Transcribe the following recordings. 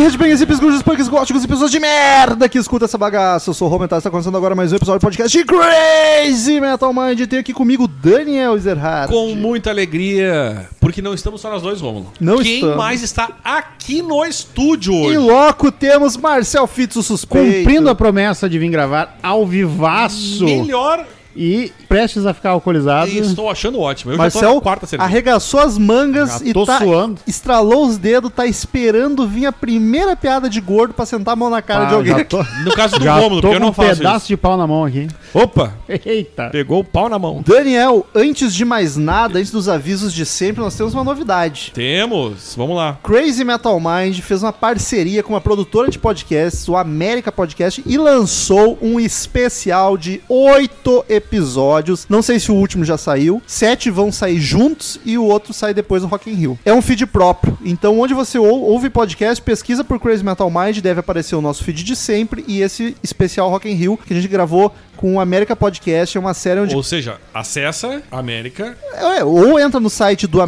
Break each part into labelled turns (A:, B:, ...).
A: headbangers, hippies, grudges, punks, góticos e pessoas de merda que escuta essa bagaça. Eu sou o Romental, está começando agora mais um episódio do podcast de Crazy Metal Mind. E Tem aqui comigo Daniel Ezerhard.
B: Com muita alegria, porque não estamos só nós dois, Rômulo.
A: Não
B: Quem
A: estamos.
B: mais está aqui no estúdio
A: E
B: hoje?
A: loco temos Marcel Fitz, o suspeito.
C: Cumprindo a promessa de vir gravar ao vivaço
B: Melhor,
C: e prestes a ficar alcoolizado.
B: e estou achando ótimo. Eu já tô
A: Marcel
B: na quarta cerveja.
A: arregaçou as mangas
C: Já
A: e
C: tô
A: tá,
C: suando.
A: estralou os dedos, tá esperando vir a primeira piada de gordo pra sentar a mão na cara
C: Ah,
A: de alguém.
C: Já tô,
B: No caso do
C: já
B: Rômulo,
C: tô
B: porque eu
C: com
B: não
C: um
B: faço
C: pedaço de pau na mão aqui.
B: isso. Opa,
C: Eita.
B: pegou o pau na mão.
A: Daniel, antes de mais nada, antes dos avisos de sempre, nós temos uma novidade.
B: Temos, vamos lá.
A: Crazy Metal Mind fez uma parceria com uma produtora de podcasts, o América Podcast, e lançou um especial de oito episódios. Não sei se o último já saiu. Sete vão sair juntos e o outro sai depois do Rock in Rio. É um feed próprio. Então, onde você ou- ouve podcast, pesquisa por Crazy Metal Mind, deve aparecer o nosso feed de sempre e esse especial Rock in Rio que a gente gravou com o América Podcast. É uma série onde
B: Ou seja, acessa América.
A: é, ou entra no site do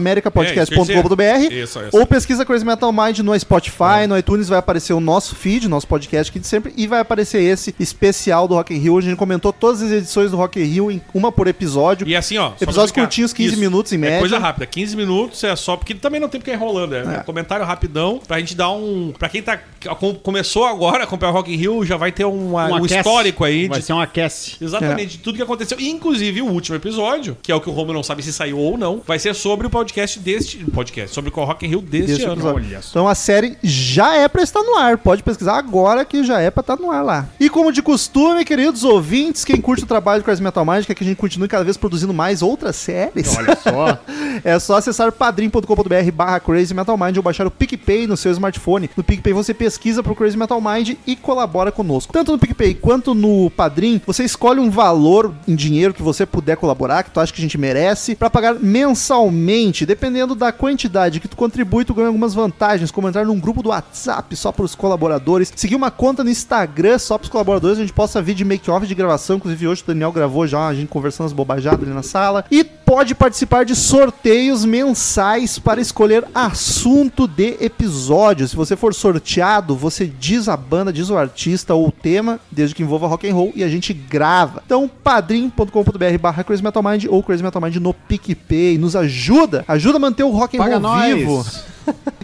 A: americapodcast.com.br
B: É, isso, isso. É.
A: ou pesquisa Crazy Metal Mind no Spotify, no iTunes, vai aparecer o nosso feed, nosso podcast aqui de sempre, e vai aparecer esse especial do Rock in Rio. onde A gente comentou todas as edições do Rock in Rio, em uma por episódio.
B: E assim, ó. só pra
A: Episódios
B: explicar.
A: curtinhos, 15 minutos em média.
B: É coisa rápida, 15 minutos é só, porque também não tem porque enrolando. É,
A: É.
B: é comentário rapidão pra gente dar um. Pra quem tá. com- começou agora a comprar Rock in Rio, já vai ter uma- um
C: aquece.
B: histórico aí
C: Vai
B: de
C: ser um aquece.
B: Exatamente,
A: É.
B: de tudo que aconteceu. Inclusive, o último episódio, que é o que o Romulo não sabe se saiu ou não, vai ser sobre o podcast deste... Podcast, sobre o Rock in Rio deste
A: desse
B: ano.
A: episódio.
C: olha só.
A: Então a série já é pra estar no ar. Pode pesquisar agora que já é pra estar no ar lá. E como de costume, queridos ouvintes, quem curte o trabalho do Crazy Metal Mind, quer que a gente continue cada vez produzindo mais outras séries.
C: Olha só.
A: É só acessar padrim.com.br barra Crazy Metal Mind ou baixar o PicPay no seu smartphone. No PicPay você pesquisa pro Crazy Metal Mind e colabora conosco. Tanto no PicPay quanto no Padrim, você escolhe um valor em dinheiro que você puder colaborar, que tu acha que a gente merece, pra pagar mensalmente. Dependendo da quantidade que tu contribui, tu ganha algumas vantagens, como entrar num grupo do WhatsApp só pros colaboradores, seguir uma conta no Instagram só pros colaboradores, a gente possa vir de make-off de gravação. Inclusive hoje o Daniel gravou já, a gente conversando as bobajadas ali na sala. E pode participar de sorteios mensais para escolher assunto de episódio. Se você for sorteado, você diz a banda, diz o artista ou o tema, desde que envolva rock and roll e a gente grava. Então, padrim.com.br barra Crazy Metal Mind ou Crazy Metal Mind no PicPay. Nos ajuda, ajuda a manter o rock and
C: Paga
A: roll
C: nós.
A: vivo.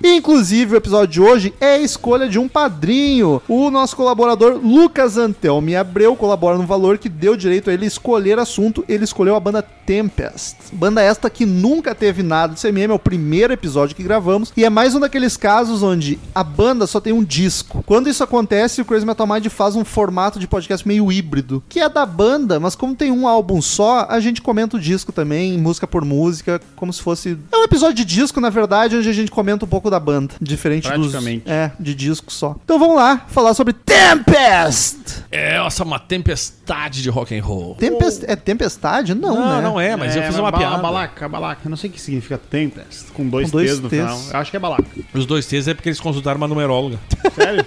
A: Inclusive, o episódio de hoje é a escolha de um padrinho. O nosso colaborador Lucas Antelme Abreu colabora no valor que deu direito a ele escolher assunto. Ele escolheu a banda Tempest. Banda esta que nunca teve nada de CMM, é o primeiro episódio que gravamos. E é mais um daqueles casos onde a banda só tem um disco. Quando isso acontece, o Crazy Metal Mind faz um formato de podcast meio híbrido, que é da banda, mas como tem um álbum só, a gente comenta o disco também, música por música, como se fosse. É um episódio de disco, na verdade, onde a gente comenta um pouco da banda, diferente dos.
C: Praticamente.
A: É, de disco só. Então vamos lá falar sobre Tempest!
B: É, nossa, uma tempestade de rock and roll.
A: Tempest é tempestade? Não,
B: Não,
A: né?
B: não é, mas eu fiz uma
C: ba-
B: piada.
C: Balaca, balaca. Eu não sei o que significa tempest. Com dois
A: Com dois
C: T's no
A: T's.
C: final. Eu acho que é balaca.
B: Os dois T's é porque eles consultaram uma numeróloga.
C: Sério?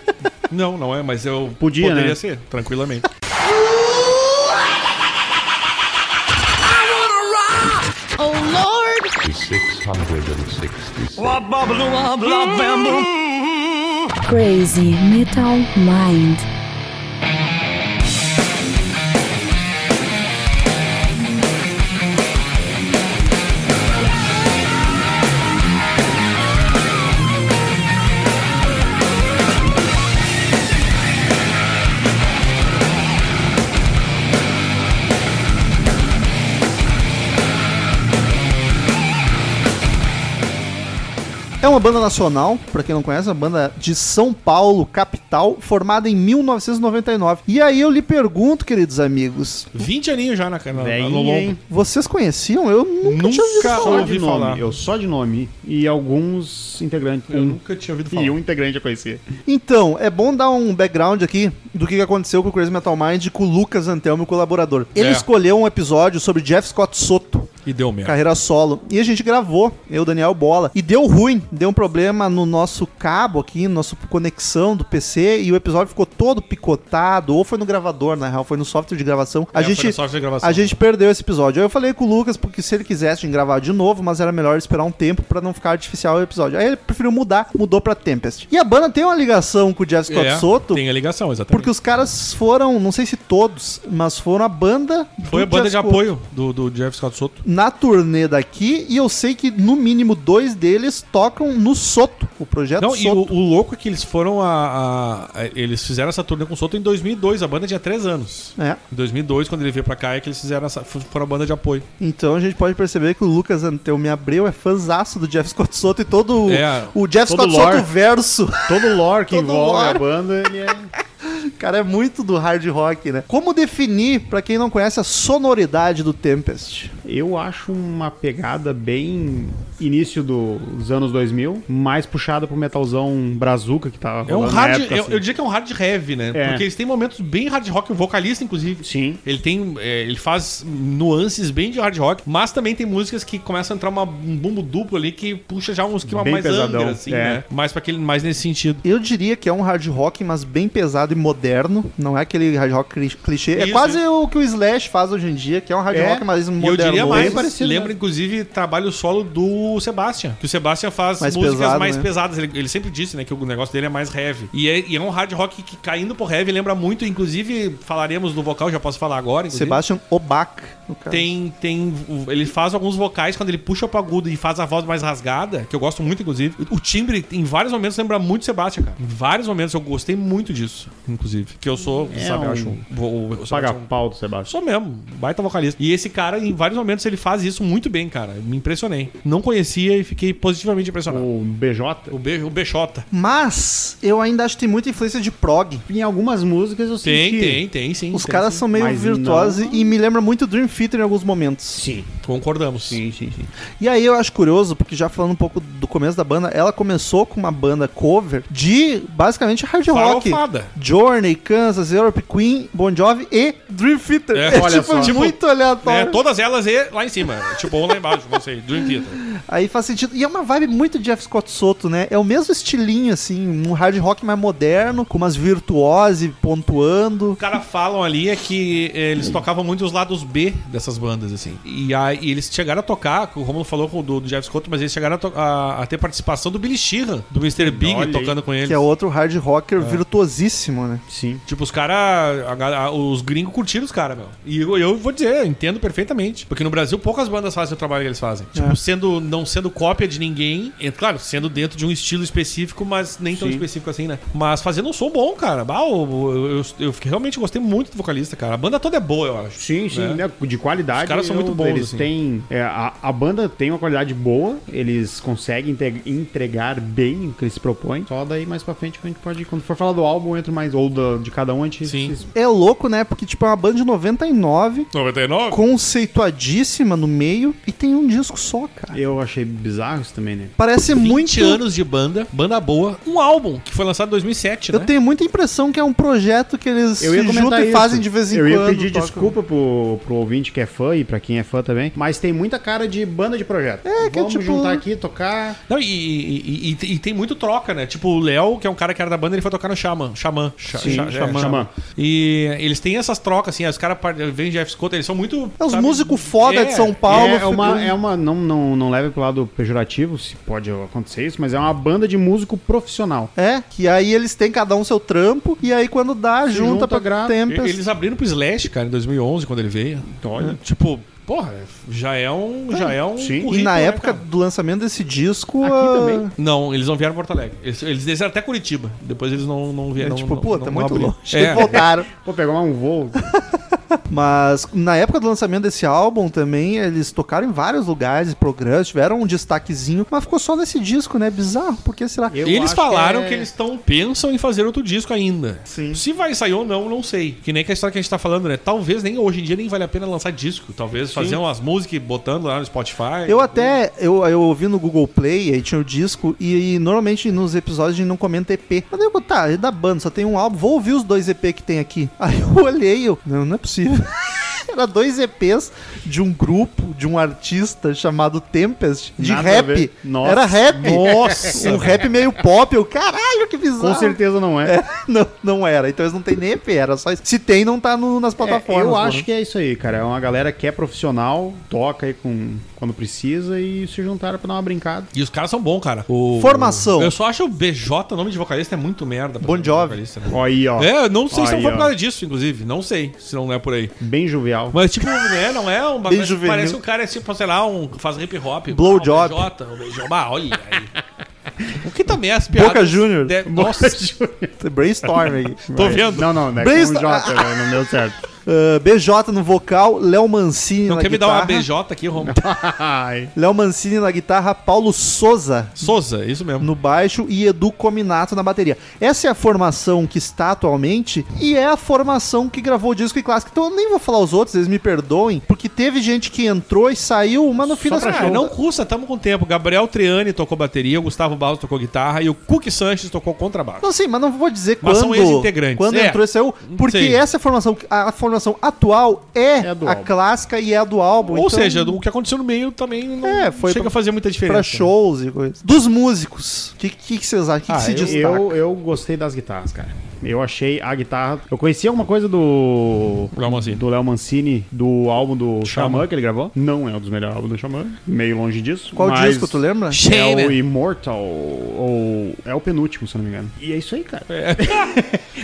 B: não, não é, mas eu
C: Podia,
B: poderia
C: né?
B: ser, tranquilamente.
D: Crazy Metal Mind.
A: É uma banda nacional, pra quem não conhece, uma banda de São Paulo, capital, formada em 1999. E aí eu lhe pergunto, queridos amigos,
B: 20 aninhos já na cara.
C: Veinha, hein?
A: vocês conheciam? Eu nunca, tinha ouvido
B: Nunca
A: falar.
C: Só de
B: ouvi falar.
C: nome. Eu só de nome. E alguns integrantes.
B: Eu
C: Um.
B: nunca tinha ouvido falar.
C: E um integrante eu conhecia.
A: Então, é bom dar um background aqui do que que aconteceu com o Crazy Metal Mind com o Lucas Antelmo, o colaborador. Ele
B: É.
A: escolheu um episódio sobre Jeff Scott Soto.
B: E deu merda.
A: carreira solo. E a gente gravou, eu, Daniel Bola, e deu ruim, deu um problema no nosso cabo aqui, no nosso conexão do PC, e o episódio ficou todo picotado, ou foi no gravador, na real, foi no software de gravação. A
B: É, foi
A: gente
B: no software de gravação.
A: a gente perdeu esse episódio. Aí eu falei com o Lucas porque se ele quisesse gravar de novo, mas era melhor esperar um tempo pra não ficar artificial o episódio. Aí ele preferiu mudar, mudou pra Tempest. E a banda tem uma ligação com o Jeff Scott
B: É,
A: Soto.
B: Tem a ligação, exatamente.
A: Porque os caras foram, não sei se todos, mas foram a banda. do
B: Foi a banda
A: Jeff Scott
B: de apoio do, do Jeff Scott Soto.
A: na turnê daqui e eu sei que no mínimo dois deles tocam no Soto, o projeto
B: Não, e o,
A: Soto.
B: o louco é que eles foram a, a- a- Eles fizeram essa turnê com o Soto em 2002. A banda tinha 3 anos.
A: É,
B: Em 2002, quando ele veio pra cá, é que eles fizeram essa. f- Foram a banda de apoio.
A: então a gente pode perceber que o Lucas Anteu me abriu é fãzaço do Jeff Scott Soto e todo o-
B: É,
A: o Jeff
C: todo
A: Scott
C: lore.
A: Soto verso.
C: Todo lore que
A: Todo
C: envolve
A: lore.
C: a banda, ele é...
A: O cara é muito do hard rock, né? Como definir, pra quem não conhece, a sonoridade do Tempest?
C: Eu acho uma pegada bem início do- dos anos 2000, mais puxada pro metalzão brazuca que tava
B: É um
C: rolando na
B: hard.
C: época,
B: eu,
C: assim.
B: eu digo que é um hard heavy, né?
C: É.
B: Porque eles têm momentos bem hard rock, o vocalista, inclusive.
C: Sim.
B: Ele tem. é, ele faz nuances bem de hard rock, mas também tem músicas que começam a entrar uma- um bumbo duplo ali que puxa já um esquema
C: Bem
B: mais
C: pesadão,
B: angra, assim,
C: é.
B: né? Mais, pra aquele, mais nesse sentido.
A: Eu diria que é um hard rock, mas bem pesado e moderno. Não é aquele hard rock cli- clichê. é
B: Isso,
A: quase
B: isso.
A: o que o Slash faz hoje em dia, que é um hard
C: É,
A: rock, mas
B: E eu
A: moderno.
B: diria
C: bem
B: mais,
C: parecido,
B: lembra
C: né?
B: inclusive trabalho solo do Sebastian, que o Sebastian faz
A: Mais
B: músicas
A: pesado,
B: mais
A: né?
B: pesadas, ele, ele sempre disse, né, que o negócio dele é mais heavy. E é, e é um hard rock que caindo pro heavy lembra muito, inclusive falaremos do vocal, já posso falar agora, inclusive.
A: Sebastian Obach, no caso.
B: Tem, tem. Ele faz alguns vocais quando ele puxa pro agudo e faz a voz mais rasgada, que eu gosto muito, inclusive. O timbre, em vários momentos, lembra muito Sebastião, cara. Em vários momentos eu gostei muito disso, inclusive. Que eu sou,
C: É
B: sabe, eu
C: um
B: acho. um- vou- eu sou-
C: Paga
B: sou-
C: pau do Sebastião.
B: Sou mesmo, baita vocalista. E esse cara, em vários momentos, ele faz isso muito bem, cara. Me impressionei. Não conhecia e fiquei positivamente impressionado.
C: O BJ.
B: O, B, o Bexota.
A: Mas eu ainda acho que tem muita influência de prog.
C: Em algumas músicas eu
B: Tem,
C: senti.
B: tem, tem, sim.
A: Os
B: tem,
A: caras
B: sim.
A: são meio
C: Mas
A: virtuosos
C: não-
A: e me lembra muito Dream Theater em alguns momentos.
C: Sim,
B: Concordamos.
C: sim, sim, sim.
A: E aí eu acho curioso, porque já falando um pouco do começo da banda, ela começou com uma banda cover de basicamente hard rock.
B: Farofada.
A: Journey, Kansas, Europe, Queen, Bon Jovi e Dream Theater.
B: É, olha
A: tipo,
B: só. Tipo,
A: muito
B: Né?
A: aleatório.
B: Todas elas e lá em cima. tipo, ou lá embaixo, não sei. Dream Theater.
A: Aí faz sentido. E é uma vibe muito Jeff Scott Soto, né? É o mesmo estilinho, assim, um hard rock mais moderno, com umas virtuose pontuando.
B: O cara falam ali é que eh, eles tocavam muito os lados B dessas bandas, assim. E aí e eles chegaram a tocar, o Romulo falou com o do, do Jeff Scott, mas eles chegaram a, to- a- a ter participação do Billy Sheehan, do Mr. Big,
C: Olha aí.
B: tocando com eles.
A: Que é outro hard rocker virtuosíssimo, né?
C: Sim.
B: Tipo, os caras. Os gringos curtiram os caras, meu. E eu, eu vou dizer, eu entendo perfeitamente. Porque no Brasil poucas bandas fazem o trabalho que eles fazem. Tipo,
A: É.
B: sendo, não sendo cópia de ninguém. é claro, sendo dentro de um estilo específico, mas nem tão
C: Sim.
B: específico assim, né? Mas fazendo um som bom, cara. Bah, eu, eu, eu- eu fiquei- realmente gostei muito do vocalista, cara. A banda toda é boa, eu acho.
C: Sim, sim,
B: Né?
C: né? de qualidade.
B: Os caras são
C: eu-
B: muito bons,
C: Eles
B: assim.
C: têm. é, a, a banda tem uma qualidade boa, eles conseguem entre- entregar bem o que eles propõem. Só daí mais pra frente que a gente pode. Quando for falar do álbum, eu entro mais. Ou da- de cada um, a gente
B: Sim.
C: se-
A: É louco, né? Porque, tipo, é uma banda de 99,
B: 99?
A: conceituadíssima no meio, e tem um disco só, cara.
C: Eu achei bizarro isso também, né?
A: Parece
B: 20
A: muito.
B: anos de banda, banda boa, um álbum que foi lançado em 2007,
A: Eu
B: né?
A: tenho muita impressão que é um projeto que eles
C: Eu ia
A: se juntam
C: comentar
A: e
C: isso.
A: fazem de vez em
C: Eu
A: quando.
C: ia pedir
A: tocam.
C: desculpa pro, pro ouvinte que é fã e pra quem é fã também, mas tem muita cara de banda de projeto. É,
A: que é
C: Vamos
A: tipo-
C: juntar aqui, tocar.
B: Não, e, e- e- e- e tem muito troca, né? Tipo, o Léo, que é um cara que era da banda, ele foi tocar no Xamã. Xamã. Xa-
C: Sim,
B: xa- é,
C: Xamã. Xamã.
B: E eles têm essas trocas, assim. Os caras par- vêm de Jeff Scott, eles são muito.
A: É os
B: sabe,
A: músicos foda
B: é,
A: de São Paulo.
C: é, é uma,
A: ficou-
C: é uma não, não, não leve pro lado pejorativo, se pode acontecer isso, mas é uma banda de músico profissional.
A: É, que aí eles têm cada um seu trampo, e aí quando dá,
C: Se
A: junta,
C: junta,
A: pra
C: grava.
B: E-
A: Tempest. É.
B: Eles abriram pro Slash, cara, em 2011, quando ele veio.
C: Olha.
B: Tipo, porra, já é um. Já é um.
C: Sim. E
A: E
B: currículo,
A: na
B: né,
A: época
B: cara?
A: do lançamento desse disco.
C: Aqui
A: ah,
C: também.
B: Não, eles não vieram pra Porto Alegre. Eles, eles desceram até Curitiba. Depois eles não, não
A: é
B: vieram.
A: tipo,
B: não,
A: pô,
B: não-
A: tá
B: não
A: muito
B: abriram.
A: longe.
B: É.
A: Voltaram.
C: Vou pegar um voo.
A: Mas na época do lançamento desse álbum também, eles tocaram em vários lugares, programas, tiveram um destaquezinho, mas ficou só nesse disco, né? Bizarro, porque será que.
C: Eu
B: eles
C: acho
B: falaram que,
C: é-
B: eles estão pensam em fazer outro disco ainda.
A: Sim.
B: Se vai sair ou não, não sei. Que nem que a história que a gente tá falando, né? Talvez nem hoje em dia nem vale a pena lançar disco. Talvez fazer umas músicas e botando lá no Spotify.
A: Eu até, eu, eu ouvi no Google Play, aí tinha o disco, e, e normalmente nos episódios a gente não comenta EP. Mas daí eu digo, tá, é da banda, só tem um álbum, vou ouvir os dois EP que tem aqui. Aí eu olhei, eu, não, não é possível. Era dois EPs de um grupo, de um artista chamado Tempest, de
C: Nada a
A: rap.
C: ver. Nossa.
A: Era rap.
C: Nossa.
A: Um rap meio pop. Eu, caralho, que bizarro.
C: Com certeza não é.
A: Não, não era. Então eles não tem nem EP, era só isso. Se tem, não tá no- nas plataformas.
C: É, eu
A: mano.
C: acho que é isso aí, cara. É uma galera que é profissional, toca aí com, quando precisa e se juntaram pra dar uma brincada.
B: E os caras são bons, cara. O-
A: Formação.
B: Eu só acho o BJ, nome de vocalista, é muito merda. pra
A: Bon
B: nome de
A: Jovi.
B: vocalista, né?
C: Ó aí, ó.
B: É, eu não sei se não
C: Aí,
B: foi por
C: ó.
B: causa disso, inclusive. Não sei se não é por aí.
C: Bem jovial.
B: Mas, tipo, né, não é um bagulho.
A: juvenil.
B: Parece que o cara é tipo, sei lá, um. Faz hip hop.
A: Blow
B: Ah, um
A: job.
B: BJ, um BJ. Ah, olha aí. O que também é as piadas.
A: Boca Júnior.
B: de- Nossa,
A: Brainstorm aí.
B: tô vendo.
C: Não, não, né?
A: Brista-
C: Com J, velho, não deu certo.
A: Ah, BJ no vocal, Léo Mancini
B: Não
A: na
B: quer me dar
A: guitarra.
B: uma BJ aqui, Rom?
C: Ai.
A: Léo Mancini na guitarra, Paulo Souza
B: Souza, é isso mesmo.
A: no baixo e Edu Cominato na bateria. Essa é a formação que está atualmente e é a formação que gravou o disco e clássico. Então eu nem vou falar os outros, eles me perdoem, porque teve gente que entrou e saiu, mas no fim das
B: Ah, não custa, tamo com tempo. Gabriel Triani tocou bateria, o Gustavo Barros tocou guitarra e o Cook Sanches tocou contrabaixo.
A: Não sei, mas não vou dizer
B: Mas são
A: quando.
B: ex-integrantes.
A: Quando
B: É.
A: entrou e saiu, porque
B: Sim.
A: essa formação, a formação atual é,
C: É a do
A: a
C: álbum.
A: clássica e é a do álbum.
B: Ou
A: então-
B: seja, é o que aconteceu no meio também não
A: É, foi
B: chega
A: pra-
B: a fazer muita diferença. né?
A: pra shows e coisas. Dos músicos, o que, que, que vocês acham? O que, que
B: Ah,
A: se
B: eu-
A: destaca?
C: Eu, eu gostei das guitarras, cara. Eu achei a guitarra. Eu conheci alguma coisa do.
B: Léo Mancini.
C: Do Léo Mancini, do álbum do
B: Xamã.
C: Xamã que ele gravou. Não é um dos melhores álbuns do Xamã. Meio longe disso.
A: Qual
C: mas
A: disco, tu lembra?
C: É o
B: Shame.
C: Immortal, ou. É o penúltimo, se eu não me engano. E é isso aí, cara.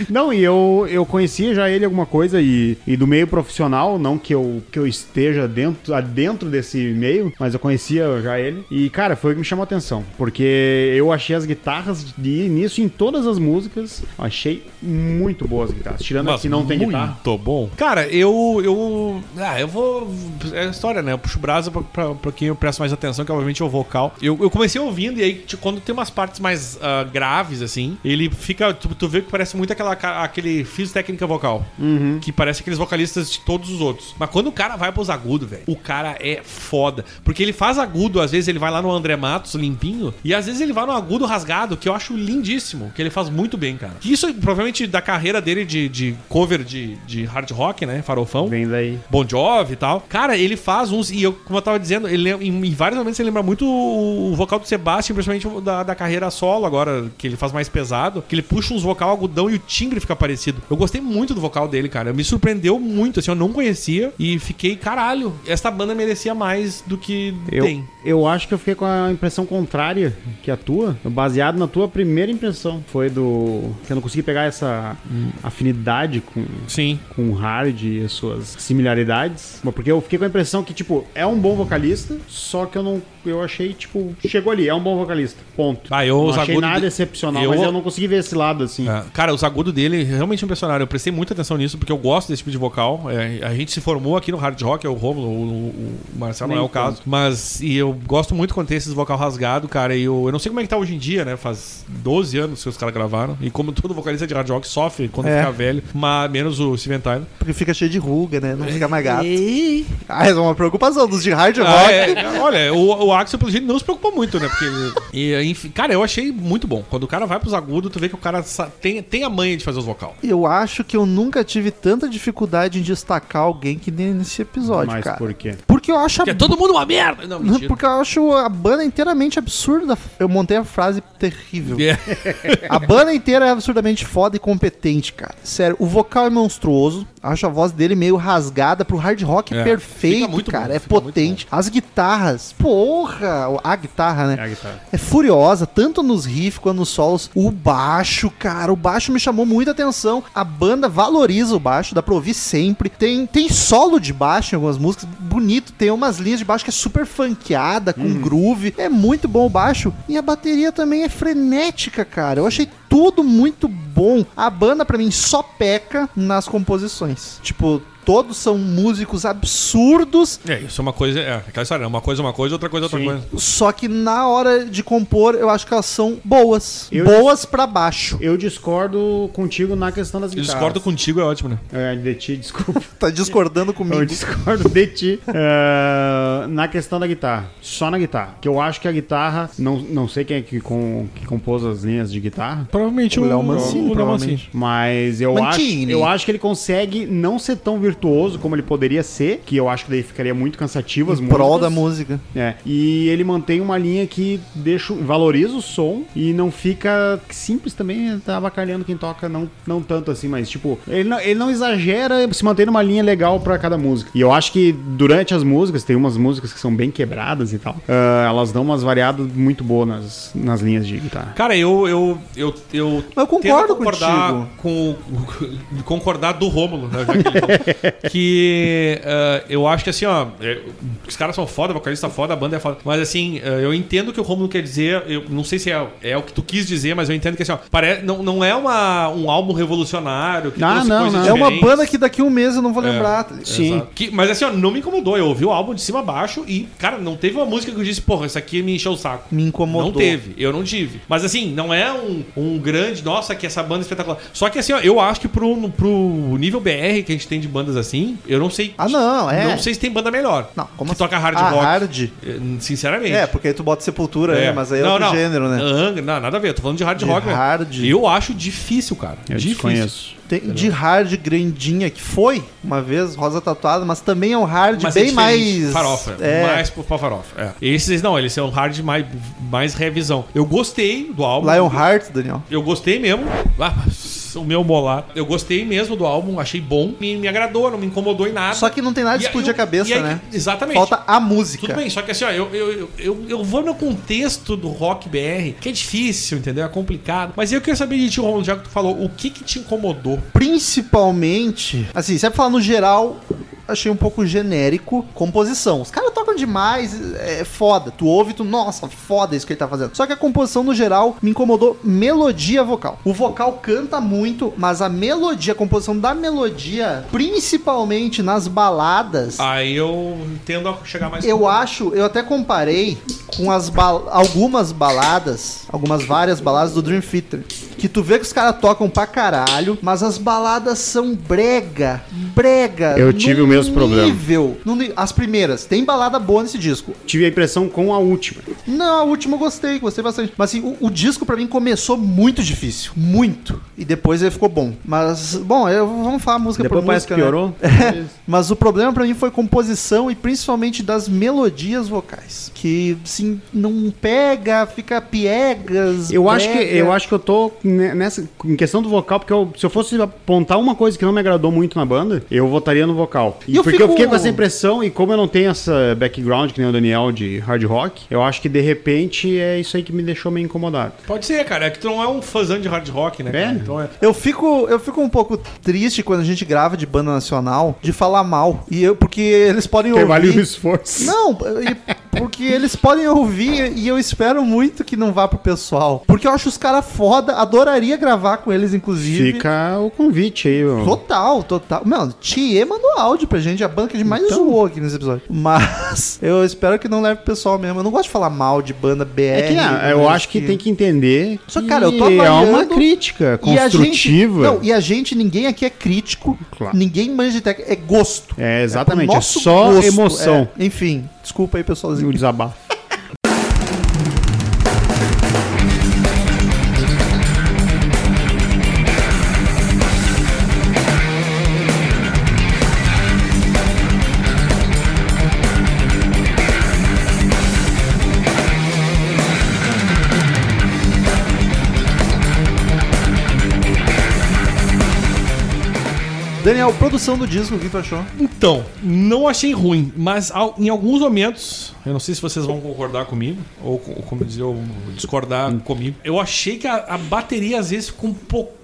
C: não, e eu, eu conhecia já ele alguma coisa e, e do meio profissional, não que eu, que eu esteja dentro, adentro desse meio, mas eu conhecia já ele. E, cara, foi o que me chamou a atenção, porque eu achei as guitarras de início em todas as músicas, achei muito boas as guitarras. Tirando
B: Mas
C: as que não tem guitarra.
B: Muito bom. Cara, eu. eu ah, eu vou. É história, né? Eu puxo brasa pra, pra, pra quem eu presto mais atenção, que obviamente é o vocal. Eu, eu comecei ouvindo, e aí, tipo, quando tem umas partes mais ah, graves, assim, ele fica. Tu, tu vê que parece muito aquela, ca- aquele fiz técnica vocal.
C: Uhum.
B: Que parece aqueles vocalistas de todos os outros. Mas quando o cara vai pros agudos, velho, o cara é foda. Porque ele faz agudo, às vezes ele vai lá no André Matos limpinho, e às vezes ele vai no agudo rasgado, que eu acho lindíssimo, que ele faz muito bem, cara. Que isso, provavelmente, da carreira dele de, de cover de, de hard rock, né? Farofão.
C: Vem daí.
B: Bon Jovi e tal. Cara, ele faz uns. E eu, como eu tava dizendo, ele, lem- em, em vários momentos ele lembra muito o, o vocal do Sebastian, principalmente o da, da carreira solo agora, que ele faz mais pesado. Que ele puxa uns vocal agudão e o timbre fica parecido. Eu gostei muito do vocal dele, cara. Me surpreendeu muito, assim, eu não conhecia. E fiquei, caralho, essa banda merecia mais do que
C: Eu,
B: tem.
C: eu acho que eu fiquei com a impressão contrária que a tua, baseado na tua primeira impressão. Foi do. que eu não consegui pegar essa afinidade com.
B: Sim.
C: Com o Hard e as suas similaridades. Mas Porque eu fiquei com a impressão que, tipo, é um bom vocalista, só que eu não. Eu achei, tipo, chegou ali, é um bom vocalista. Ponto.
B: Ah, eu-
C: não
B: os
C: achei
B: agudos
C: nada
B: de-
C: excepcional,
B: eu-
C: mas eu não consegui ver esse lado assim.
B: É, Cara, os agudos dele realmente impressionaram. Eu prestei muita atenção nisso, porque eu gosto desse tipo de vocal. É, a gente se formou aqui no hard rock, é o Romulo, o, o- o Marcelo não é
C: Nem
B: o caso. Mas e eu gosto muito quando tem esses vocal rasgado, cara. E eu, eu não sei como é que tá hoje em dia, né? Faz 12 anos que os caras gravaram. E como todo vocalista de hard rock sofre quando
A: É.
B: fica velho, mas menos o Steven Tyler.
A: Porque fica cheio de ruga, né? Não fica mais gato. Ah, essa é uma preocupação dos de hard rock.
B: Ah, é. Olha, o, o Axel, pelo jeito, não se preocupa muito, né? Porque. ele- E, enfim, cara, eu achei muito bom. Quando o cara vai pros agudos, tu vê que o cara sa- tem, tem a manha de fazer os vocal.
A: Eu acho que eu nunca tive tanta dificuldade em destacar alguém que nem nesse episódio,
C: mas
A: cara.
C: por quê?
A: Porque eu acho a...
B: Porque é todo mundo uma merda! Não,
A: Não,
B: mentira.
A: Porque eu acho a banda inteiramente absurda. Eu montei a frase terrível.
B: É.
A: A banda inteira é absurdamente foda e competente, cara. Sério, o vocal é monstruoso. Acho a voz dele meio rasgada pro hard rock
B: É.
A: perfeito,
B: Fica muito
A: cara.
B: bom,
A: é
B: fica muito
A: potente. As guitarras, porra! A guitarra, né?
C: É a guitarra.
A: é furiosa, tanto nos riffs quanto nos solos. O baixo, cara, o baixo me chamou muita atenção. A banda valoriza o baixo, dá pra ouvir sempre. Tem, tem solo de baixo em algumas músicas, bonito. Tem umas linhas de baixo que é super funkeada, com groove. É muito bom o baixo. E a bateria também é frenética, cara. Eu achei tudo muito bom. A banda, pra mim, só peca nas composições. Tipo. Todos são músicos absurdos
B: É, isso é uma coisa. É, aquela história, né? uma coisa é uma coisa, outra coisa é outra
C: Sim.
B: coisa.
A: Só que na hora de compor, eu acho que elas são boas.
C: Eu-
A: boas pra baixo.
C: Eu discordo contigo na questão das
B: Eu
C: guitarras.
B: discordo contigo, é ótimo, né?
C: É, de ti, desculpa.
A: Tá discordando comigo.
C: Eu discordo de ti. Ah, na questão da guitarra, só na guitarra. Que eu acho que a guitarra, não, não sei quem é que, com, que compôs as linhas de guitarra,
B: Provavelmente
A: O
B: o
A: Léo Mancini,
B: o Léo
A: provavelmente.
C: mas eu
A: Mancini.
C: acho, eu acho que ele consegue não ser tão virtuoso como ele poderia ser, que eu acho que daí ficaria muito cansativo as
A: Em prol da
C: músicas.
A: música.
C: É, e ele mantém uma linha que deixa, valoriza o som e não fica simples também, tá avacalhando quem toca, não, não tanto assim, mas tipo, ele não, ele não exagera se mantendo uma linha legal pra cada música. E eu acho que durante as músicas, tem umas músicas que são bem quebradas e tal, ah, elas dão umas variadas muito boas nas, nas linhas de guitarra.
B: Cara, eu eu eu eu,
A: Mas eu concordo
B: tento concordar com o- concordar do Rômulo, né, já que ele falou. que eh, eu acho que assim, ó, eh, os caras são foda, o vocalista é foda, a banda é foda, mas assim, eh, eu entendo o que o Rômulo quer dizer, eu não sei se é, é o que tu quis dizer, mas eu entendo que assim, ó, parece não, não é uma um álbum revolucionário, que
C: Ah,
B: trouxe
C: não,
B: coisas
C: não.
A: É uma
B: diferentes.
A: banda que daqui a um mês eu não vou
B: É,
A: lembrar.
C: Sim.
B: Que- mas assim, ó, não me incomodou. Eu ouvi o álbum de cima a baixo e, cara, não teve uma música que eu disse, porra, isso aqui me encheu o saco.
A: Me incomodou.
B: Não teve, eu não tive. Mas assim, não é um, um grande, nossa, que essa banda é espetacular. Só que assim, ó, eu acho que pro, no- pro nível BR que a gente tem de bandas assim, eu não sei.
A: Ah, não, é.
B: Não sei se tem banda melhor.
A: Não, como
B: que
A: assim?
B: toca hard
A: Ah,
B: rock.
A: hard?
B: Eh, Sinceramente.
A: É, porque aí tu bota sepultura, né? Mas aí é
B: Não,
A: outro
B: não.
A: gênero, né?
B: Angra, não, nada a ver, eu tô falando de hard
A: De
B: rock, né?
A: hard.
B: Eu acho difícil, cara.
C: Eu
B: difícil.
C: desconheço.
A: Tem de hard grandinha que foi uma vez, rosa tatuada, mas também é um hard
B: Mas é
A: bem
B: diferente.
A: mais.
B: Farofa.
A: É,
B: Mais pro pra farofa. é. Esses não, eles são hard mais, mais revisão. Eu gostei do álbum.
A: Lion Heart, Daniel.
B: Eu gostei mesmo. Ah, o meu molar. Eu gostei mesmo do álbum, achei bom. Me, me agradou, não me incomodou em nada.
A: Só que não tem nada de
B: Ah, E aí
A: explodir
B: eu-
A: a cabeça,
B: e aí-
A: né?
B: Exatamente.
A: Falta a música.
B: Tudo bem, só que assim, ó, eu, eu, eu- eu, eu vou no contexto do rock BR, que é difícil, entendeu? É complicado. Mas eu queria saber de ti, Romulo, já que tu falou, o que que te incomodou?
A: Principalmente, assim, se é pra falar no geral, achei um pouco genérico composição. Os caras tocam demais, é foda. Tu ouve, tu, nossa, foda isso que ele tá fazendo. Só que a composição no geral me incomodou melodia vocal. O vocal canta muito, mas a melodia, a composição da melodia, principalmente nas baladas,
B: Aí eu tendo a chegar mais...
A: Eu acho, eu até comparei com as bal- algumas baladas, algumas várias baladas do Dream Theater, que tu vê que os caras tocam pra caralho, mas as baladas são brega, brega.
C: Eu tive
A: num
C: o mesmo problema.
A: nível- num ni- as primeiras, tem balada boa nesse disco.
C: Tive a impressão com a última.
A: Não, a última eu gostei, gostei bastante. Mas assim, o, o disco pra mim começou muito difícil, muito, e depois ele ficou bom. Mas bom, eu- vamos falar música
C: Depois
A: por
C: parece
A: música,
C: que
A: né?
C: piorou.
A: Mas o problema pra mim foi composição e principalmente das melodias vocais, que sim, não pega, fica piegas.
C: Eu acho, que,
A: brega.
C: eu acho que eu tô ne- nessa em questão do vocal, porque eu- se eu fosse apontar uma coisa que não me agradou muito na banda, eu votaria no vocal.
A: E
C: E
A: eu
C: porque eu
A: fico-
C: fiquei com essa impressão, e como eu não tenho essa background, que nem o Daniel, de hard rock, eu acho que de repente é isso aí que me deixou meio incomodado.
B: Pode ser, cara. É que tu não é um fãzão de hard rock, né?
C: É?
B: cara? Então é...
A: Eu fico, eu fico um pouco triste quando a gente grava de banda nacional de falar mal. E eu porque eles podem
C: Porque
A: ouvir
C: vale o esforço.
A: Não, e- porque eles podem ouvir e eu espero muito que não vá pro pessoal. Porque eu acho os caras foda, adoraria gravar com eles, inclusive.
C: Fica o convite aí, ó.
A: Total, total. Mano, Thier mandou áudio pra gente, a banca de
C: Então?
A: mais zoou aqui nesse episódio. Mas eu espero que não leve pro pessoal mesmo. Eu não gosto de falar mal de banda BR.
C: É que ah, eu acho que tem que entender
A: né, Só,
C: que
A: cara, eu tô
C: é
A: avaliando-
C: uma crítica
A: E a gente,
C: construtiva.
A: não, e a gente, ninguém aqui é crítico,
C: é. Claro.
A: ninguém manja de técnica, é gosto.
C: É, exatamente,
A: pro
C: é,
A: nosso
C: só
A: gosto,
C: emoção.
A: é. Enfim, desculpa aí,
C: O
A: pessoalzinho.
C: desabafo.
A: Daniel, produção do disco, o que tu achou?
B: Então, não achei ruim, mas al- em alguns momentos, eu não sei se vocês vão concordar comigo, ou, co- ou como dizer, ou discordar
C: Hum.
B: comigo, eu achei que a, a bateria às vezes ficou um pouquinho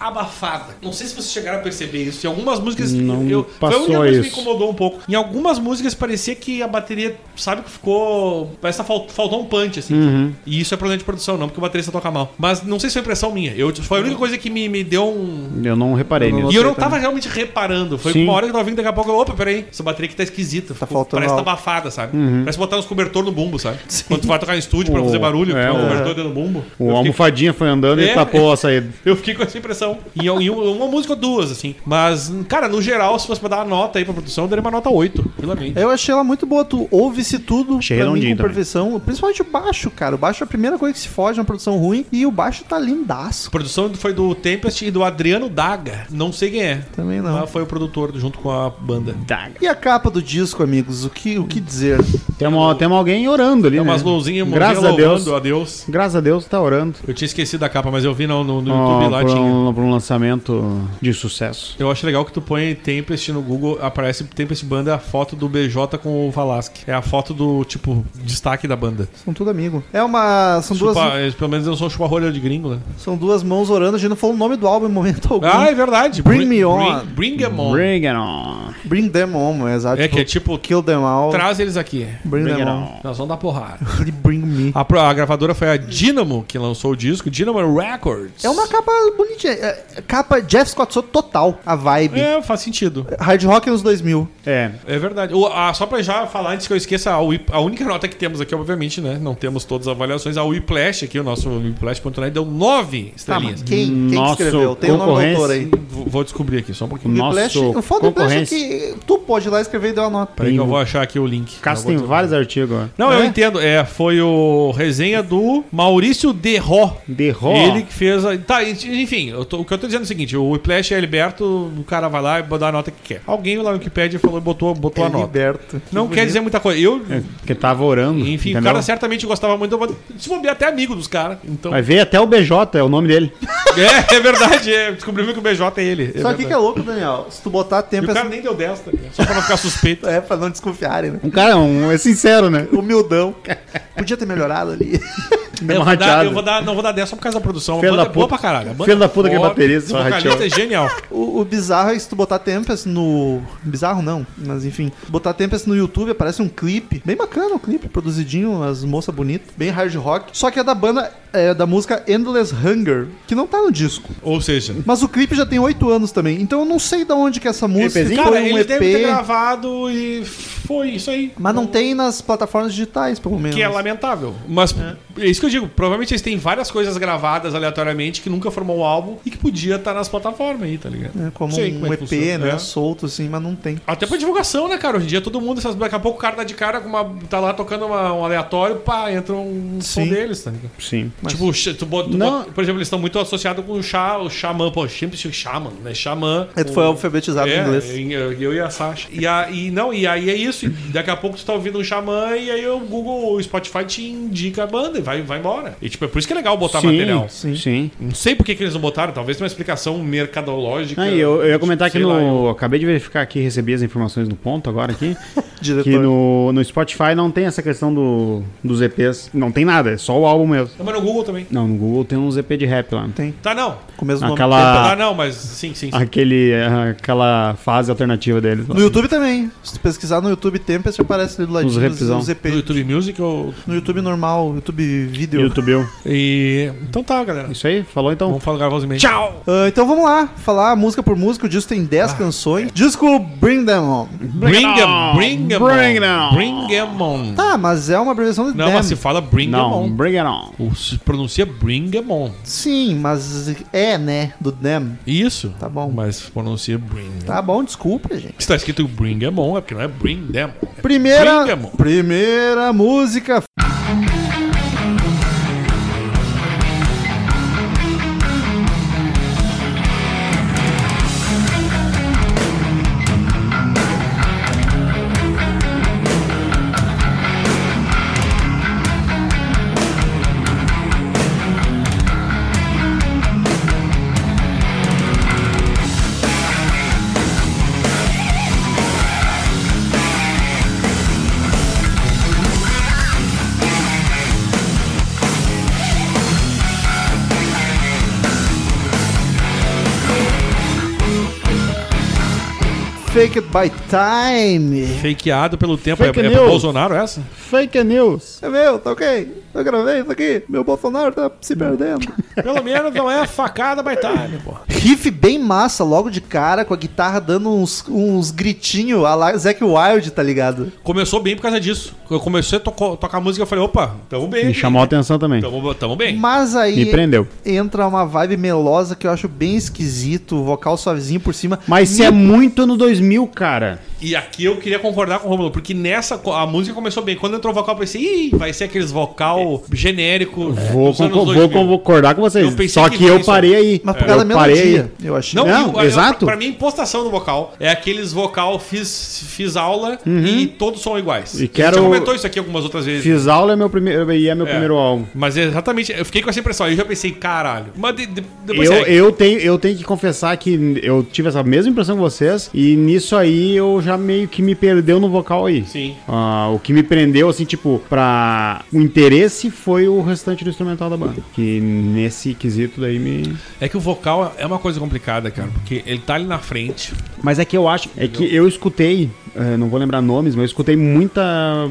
B: abafada. Não sei se vocês chegaram a perceber isso. Em algumas músicas,
C: Não
B: eu, foi a
C: passou
B: única coisa que me
C: isso.
B: incomodou um pouco. Em algumas músicas parecia que a bateria, sabe, que ficou. Parece que fal- faltou um punch, assim.
C: Uhum.
B: E isso é problema de produção, não, porque o baterista toca mal. Mas não sei se foi impressão minha. Eu, foi a única coisa que me, me deu um,
C: Eu não reparei
A: Eu não-
C: nisso.
B: e eu não
A: também.
B: tava realmente reparando. Foi
C: Sim.
B: uma hora que eu tava vindo, daqui a pouco eu, opa, peraí, essa bateria aqui tá esquisita. Ficou-
A: faltando
B: Parece que
A: algo.
B: tá abafada, sabe? Parece botar uns cobertor no bumbo, sabe? Quando tu vai tocar em estúdio pra
C: Uhum. O-
B: fazer barulho,
C: é,
B: tu põe um
C: o-
B: cobertor dentro do bumbo.
C: O
B: Eu fiquei-
C: almofadinha foi andando
B: É.
C: e tapou a saída.
B: Eu fiquei com essa impressão. E eu- e um, é uma, música ou duas, assim. Mas, cara, no geral, se fosse pra dar uma nota aí pra produção, eu daria uma nota 8,
C: É.
B: tranquilamente.
A: Eu achei ela muito boa, tu ouve-se tudo
C: Achei
A: pra mim com
C: redondinho também.
A: perfeição, principalmente o baixo, cara. O baixo é a primeira coisa que se foge na produção ruim e o baixo tá lindaço.
B: A produção foi do Tempest e do Adriano Daga. Não sei quem é.
A: Também não.
B: Mas foi o produtor junto com a banda.
C: Daga.
A: E a capa do disco, amigos, o que, o que dizer?
C: Tem, uma, tem uma alguém orando ali,
B: É um- umas
C: né?
B: mãozinhas, mãozinha
C: Graças a Deus.
B: louvando, adeus.
C: Graças a Deus tá orando.
B: Eu tinha esquecido da capa, mas eu vi no, no- no
C: Ó,
B: YouTube lá
C: pra,
B: tinha.
C: um, pra um lançamento de sucesso.
B: Eu acho legal que tu põe Tempest no Google, aparece Tempest Banda, a foto do BJ com o Valasque. É a foto do, tipo, destaque da banda.
A: São tudo amigo. É uma. São duas,
B: Chupa- eles, Pelo menos eu sou um chuparrolho de gringo, né?
A: são duas mãos orando, a gente não falou o nome do álbum em momento algum.
B: Ah, é verdade.
A: Bring me on.
B: Bring, bring 'em on.
C: Bring it on.
A: Bring them on, é exato.
B: É que é tipo,
A: Kill them all.
B: traz eles aqui.
A: Bring,
C: Bring
A: them
C: it
A: all.
C: on.
B: Nós vamos dar porrada.
A: E Bring me.
B: A, pro- a gravadora foi a Dynamo que lançou o disco, Dynamo Records.
A: É uma capa bonitinha. É- é capa Jeff Scott Soto total, a vibe.
B: É, faz sentido.
A: Hard Rock nos 2000.
C: É,
B: É verdade. O- ah, só pra já falar, antes que eu esqueça, a, Whi- a única nota que temos aqui, obviamente, né? Não temos todas as avaliações. A Whiplash aqui, o nosso Whiplash.net, deu nove
A: Tá, mas
B: estrelinhas.
A: quem, quem
C: Nosso
A: escreveu? Tem o nome do
C: concorrência.
A: autor aí.
B: Vou vou descobrir aqui, só um pouquinho.
C: Nosso
A: Whiplash- o foda do Flash é
C: concorrência.
A: que tu pode ir lá escrever e deu a nota.
B: Peraí que eu vou achar aqui o link.
C: Cássio
B: Eu
C: tem
B: vou-
C: vários artigos. ó.
B: Não, eu
A: É?
B: entendo. É, foi o resenha do Maurício Derró.
C: Derró.
B: Ele que fez a... Tá, enfim, eu tô- o que eu tô dizendo é o seguinte, o Whiplash é liberto, o cara vai lá e dá a nota que quer. Alguém lá no Wikipedia falou, botou, botou a
A: É
B: nota.
A: liberto.
B: Não quer dizer muita coisa. Eu,
C: É, Porque tava orando.
B: enfim, o
C: entendeu?
B: cara certamente gostava muito, eu vou- se bobear até amigo dos caras. Então...
C: Vai ver até o BJ, é o nome dele.
B: É, é verdade, é, descobrimos que o BJ é ele.
A: Só que o que é
B: eu...
A: louco, Daniel, se tu botar
B: E
A: tempo...
B: o cara nem deu desta, só pra não ficar suspeito.
A: É, pra não desconfiarem, né?
C: Um cara um, é sincero, né?
A: Humildão. Podia ter melhorado ali.
C: Deu
B: eu,
C: uma
B: vou dar,
C: rateada.
B: eu vou dar, não vou dar 10 só por causa da produção.
C: É Filho
B: a banda
C: da
B: é boa
C: puta.
B: pra caralho. A banda
C: Filho da puta que é
B: foda,
C: baterista,
B: esse vocalista
C: rateou.
B: é genial.
A: O, o bizarro é que se tu botar Tempest no. Bizarro não, mas enfim. Botar Tempest no YouTube aparece um clipe. Bem bacana o clipe, produzidinho, as moças bonitas, bem hard rock. Só que é da banda. É da música Endless Hunger, que não tá no disco.
B: Ou seja,
A: Mas o clipe já tem 8 anos também. Então eu não sei de onde que é essa música. se
C: EPzinho?
A: foi
B: Cara,
A: um
B: ele deve ter
A: EP.
B: gravado e foi isso aí.
A: Mas não tem nas plataformas digitais, pelo menos.
B: Que é lamentável. Mas é. isso que eu digo. Provavelmente eles têm várias coisas gravadas aleatoriamente que nunca formou um álbum e que podia estar nas plataformas aí, tá ligado?
A: É, como
B: Sei
A: um
B: como é
A: EP,
B: que funciona,
A: né?
B: é.
A: Solto assim, mas não tem.
B: Até pra divulgação, né, cara? Hoje em dia todo mundo, essas- daqui a pouco o cara tá de cara com uma. tá lá tocando uma- um aleatório, pá, entra um som
A: Sim.
B: deles, tá ligado?
C: Sim.
A: Mas-
B: Tipo, o Xa- tu bota, tu
C: Não.
B: bota- por exemplo, eles estão muito associados com o, xa, o xamã, pô, sempre chama xamã, né? Xamã.
A: É, tu foi alfabetizado
B: É,
A: em inglês.
B: em- Eu, eu e a Sasha. E, a, e não, e aí é isso. E daqui a pouco tu tá ouvindo um xamã e aí o Google, o Spotify te indica a banda e vai, vai embora. E tipo, é por isso que é legal botar
C: sim,
B: material.
A: sim.
C: Sim.
B: Não sei por que, que eles não botaram, talvez tenha uma explicação mercadológica.
C: Ah, e eu, eu ia comentar que
B: Sei lá,
C: no.
B: eu-
C: Acabei de verificar aqui, recebi as informações do ponto agora aqui.
B: é.
A: Diretor.
C: que no, no Spotify não tem essa questão do, dos EPs. Não tem nada, é só o álbum mesmo.
B: Não, mas no Google também.
C: Não, no Google tem uns EP de rap lá.
A: Tem.
B: Tá, não.
A: Com o mesmo nome.
C: Aquela.
B: Tá, não, mas sim, sim. sim.
C: Ah, Aquele, aquela fase alternativa deles. lá.
A: No YouTube também. Se tu pesquisar no YouTube Tempest, aparece ali do ladinho
C: Os rapzão.
A: EP.
B: No YouTube Music ou.
A: No YouTube normal, YouTube vídeo.
C: YouTube.
B: E. Então tá, galera.
C: Isso aí, falou então.
B: Vamos falar gravar os e-mails. Tchau!
A: Ah, então vamos lá, falar música por música. O disco tem
B: Ah.
A: 10 canções. Disco Bring Them On.
B: Bring
C: it
B: em,
C: on.
B: bring em,
C: Bring it
B: on.
C: on.
B: Bring em on.
A: Tá, mas é uma abreviação de
B: Não,
A: them.
B: mas se fala bring em
C: Não,
B: on.
C: bring it on.
B: Ou Se pronuncia bring em on.
A: Sim, mas é, né? Do them.
B: Isso.
A: Tá bom.
B: Mas pronuncia bring.
A: Tá bom, desculpa, gente.
B: Se tá escrito bring em on, é porque não é bring them.
A: Primeira,
B: Bring Them On.
A: primeira música. Fake It by Time.
B: É Fakeado pelo tempo.
C: Fake
B: é, é pro
C: news.
B: Bolsonaro essa?
C: Fake news.
A: É meu, tá ok. Eu gravei isso aqui. Meu Bolsonaro tá se perdendo.
B: Pelo menos não é facada by time, pô.
A: Riff bem massa, logo de cara, com a guitarra dando uns, uns gritinhos a la Zack Wild, tá ligado?
B: Começou bem por causa disso. Quando eu comecei a toco- tocar música, eu falei, opa, tamo bem.
C: Me chamou a atenção também.
B: Tamo, tamo bem.
A: Mas aí
C: Me prendeu.
A: entra uma vibe melosa que eu acho bem esquisito, o vocal suavezinho por cima.
C: Mas se é muito ano 2000, cara.
B: E aqui eu queria concordar com o Romulo, porque nessa co- a música começou bem. Quando entrou o vocal, eu pensei, Ih, vai ser aqueles vocal genérico.
C: Vou,
B: dos anos
C: concor-
B: 2000."
C: vou concordar com
B: Eu pensei
C: vocês. Só
B: que
C: que,
B: foi
C: eu
B: isso.
C: parei aí.
A: Mas por
C: Eu
A: causa da
C: parei
A: melodia,
C: aí.
A: eu achei.
B: Não,
C: Não,
B: e o- eu-
C: exato.
B: pra mim, impostação do vocal é aqueles vocal, fiz, fiz aula e todos são iguais.
C: Uhum. E quero-
B: Você comentou isso aqui algumas outras vezes.
C: Fiz aula é meu primeiro, e é meu primeiro álbum.
B: Mas é exatamente, eu fiquei com essa impressão. Aí eu já pensei, caralho. Mas de- de- depois é,
C: Eu,
B: segue.
C: eu, tenho, eu tenho que confessar que eu tive essa mesma impressão que vocês, e nisso aí eu já meio que me perdeu no vocal aí.
B: Sim.
C: Ah, o que me prendeu, assim, tipo, pra o interesse foi o restante do instrumental da banda. Que nesse quesito daí me.
B: É que o vocal é uma coisa complicada, cara, porque ele tá ali na frente.
C: Mas é que eu acho. É que eu escutei, eh, não vou lembrar nomes, mas eu escutei muita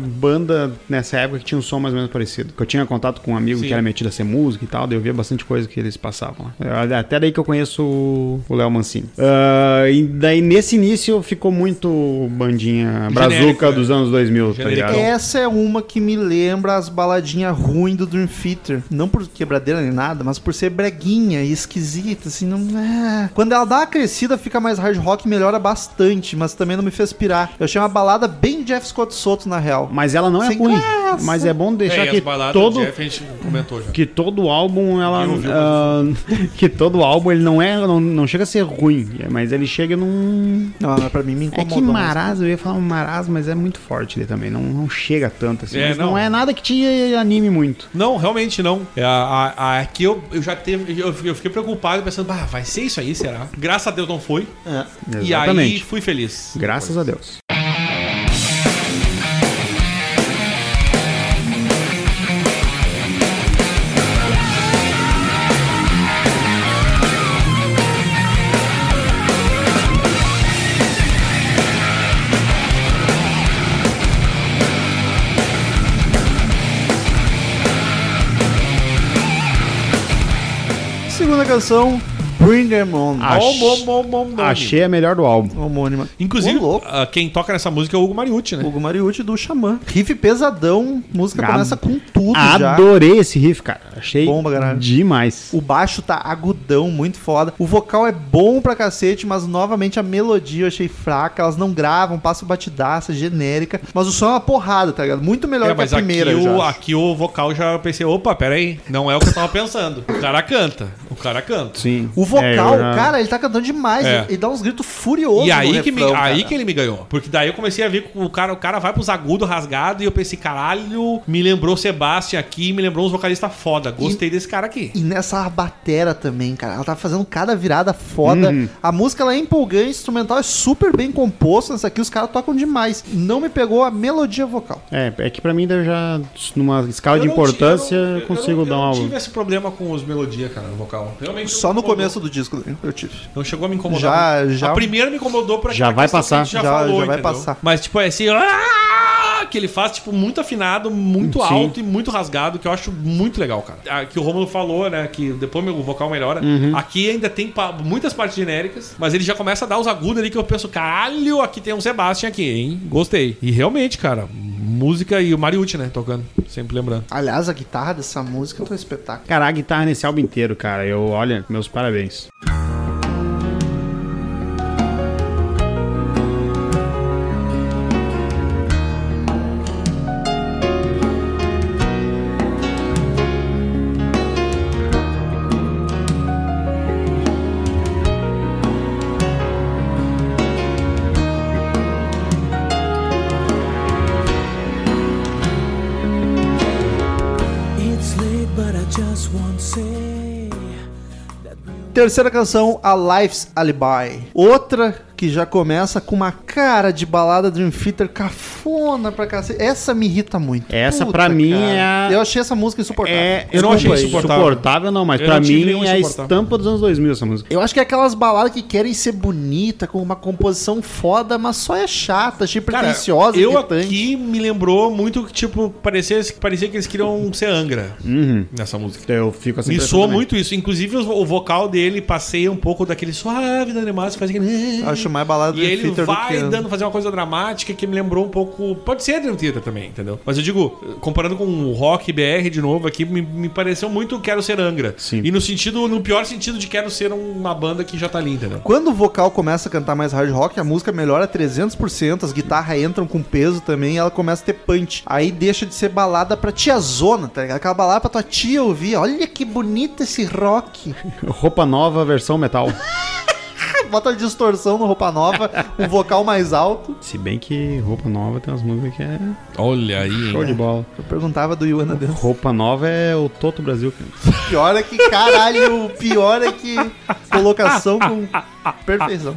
C: banda nessa época que tinha um som mais ou menos parecido. Que eu tinha contato com um amigo
B: Sim.
C: que era metido a ser música e tal, daí eu via bastante coisa que eles passavam lá. É Até daí que eu conheço o o Léo Mancini. Ah, e daí nesse início ficou muito bandinha brazuca
B: né?
C: dos anos 2000, tá
B: Genérica.
C: ligado?
A: Essa é uma que me lembra as baladinhas ruins do Dream Theater. Não por quebradeira nem nada, mas por ser breguinha e esquisita, assim, não. é. Quando ela dá uma crescida, fica mais hard rock e melhora bastante, mas também não me fez pirar. Eu achei uma balada bem Jeff Scott Soto, na real.
C: Mas ela não é
A: Sem
C: ruim.
A: graça.
C: Mas é bom deixar
B: é, e
C: que
B: as baladas
C: todo.
B: do Jeff a gente comentou já.
C: que todo álbum ela
B: Eu ouvi
C: ah, que todo álbum ele não é não, não chega a ser ruim mas ele chega num
A: Não, Ah, mas pra mim me
C: é
A: incomodou.
C: que
A: mas-
C: marasmo eu ia falar um marasmo mas é muito forte ele também não, não chega tanto assim
B: É,
C: mas não.
B: não.
C: é nada que te anime muito
B: Não, realmente não. É, a- a- aqui eu, eu já teve. Eu, fiquei- eu fiquei preocupado pensando, ah, vai ser isso aí, será? Graças a Deus não foi.
A: É.
B: E aí
C: Exatamente.
B: fui feliz.
C: graças a Deus
A: Segunda canção, Bring Them On.
C: Ah, Ach-
B: Bom, bom, bom, bom, bom.
C: achei a melhor do álbum
A: Homônima.
B: Inclusive,
A: Ô, louco.
B: ah, quem toca nessa música é o Hugo Mariucci, né?
A: Hugo Mariucci do Xamã. Riff pesadão, música começa com tudo já.
C: adorei esse riff cara achei
A: Bomba, caralho.
C: demais
A: O baixo tá agudão, muito foda. O vocal é bom pra cacete, mas novamente a melodia eu achei fraca. Elas não gravam, passa batidaça, genérica. Mas o som é uma porrada, tá ligado? Muito melhor
B: É,
A: que a
B: mas
A: primeira.
B: aqui,
A: eu
B: o,
A: já acho.
B: aqui o vocal já pensei, opa, peraí, não é o que eu tava pensando. O cara canta, o cara canta.
C: sim
A: O
C: É,
A: vocal,
C: eu já-
A: cara, ele tá cantando demais.
B: É.
A: Ele, ele dá uns gritos furiosos.
B: E aí,
A: no
B: que, me-
A: refrão, cara.
B: aí que ele me ganhou. Porque daí eu comecei a ver que o cara, o cara vai pros agudos rasgados e eu pensei, caralho, me lembrou Sebastian aqui, me lembrou uns vocalistas foda. Gostei desse cara aqui.
A: E nessa batera também, cara. Ela tá fazendo cada virada foda.
C: Uhum.
A: A música ela é empolgante, o instrumental é super bem composto. Nessa aqui os caras tocam demais. Não me pegou a melodia vocal.
C: é, é que pra mim daí já numa escala
B: Eu
C: de
B: não ti-
C: importância
B: eu não-
C: eu consigo
B: eu não,
C: dar um uma
B: Eu não tive esse problema com os melodias, cara, no vocal. Realmente.
A: Só
B: não
A: no
B: incomodou.
A: começo do disco né, eu tive.
B: Não chegou a me incomodar.
A: Já-
B: muito.
A: já-
B: A primeira me incomodou pra
C: Já
B: pra
C: vai
B: questão que a
C: passar.
B: gente Já,
A: Já-
B: falou,
A: já vai
B: entendeu?
A: passar.
B: Mas, tipo, é assim. "Ah!" Que ele faz, tipo, muito afinado, muito
C: Sim.
B: alto e muito rasgado, que eu acho muito legal, cara. Ah, Que o Romulo falou, né? Que depois meu vocal melhora.
C: Uhum.
B: Aqui ainda tem pa- muitas partes genéricas, mas ele já começa a dar os agudos ali que eu penso, caralho, aqui tem um Sebastian aqui, hein? Gostei. E realmente, cara, música e o Mariucci, né? Tocando, sempre lembrando.
A: Aliás, a guitarra dessa música é um espetáculo.
C: Cara, a guitarra nesse álbum inteiro, cara. Eu, olha, meus parabéns.
E: It's late, but I just won't say.
A: Terceira canção, A Life's Alibi. Outra que já começa com uma cara de balada Dream Theater cafona pra cacete. Essa me irrita muito.
C: Essa, pra mim, é a-
A: Eu achei essa música insuportável.
C: É,
B: Eu não
C: desculpa
B: achei
C: aí.
B: insuportável.
C: não, mas
B: Eu
C: pra
B: não tive
C: mim
B: nenhum
C: é a
B: insuportável.
C: estampa dos anos 2000 essa música.
A: Eu acho que é aquelas baladas que querem ser bonita, com uma composição foda, mas só é chata, achei
B: Cara,
A: pretensiosa,
B: eu
A: irritante.
B: aqui me lembrou muito que, tipo, parecia, parecia que eles queriam ser Angra nessa música.
C: Eu fico assim.
B: Uhum. Me soa muito isso. Inclusive, os- o vocal dele passeia um pouco daquele suave da animação, faz aquele... "Ah".
A: Eu Acho mais balada
B: E ele
A: Theater
B: vai
A: do que...
B: dando fazer uma coisa dramática que me lembrou um pouco. Pode ser Dream Theater também, entendeu? Mas eu digo, comparando com o rock BR de novo aqui, me, me pareceu muito Quero Ser Angra.
C: Sim.
B: E no sentido, no pior sentido de quero ser uma banda que já tá ali, entendeu?
A: Quando o vocal começa a cantar mais hard rock, a música melhora 300%, as guitarras entram com peso também, e ela começa a ter punch. Aí deixa de ser balada pra tiazona, tá ligado? Aquela balada pra tua tia ouvir. Olha que bonito esse rock.
C: Roupa nova, versão metal.
A: Bota a distorção no roupa nova, um vocal mais alto.
C: Se bem que roupa nova tem umas músicas que é
B: Olha aí.
C: show de bola.
A: Eu perguntava do Iwana Dance.
C: Roupa nova é o Toto Brasil. cara.
A: Pior é que, caralho, o pior é que colocação com perfeição.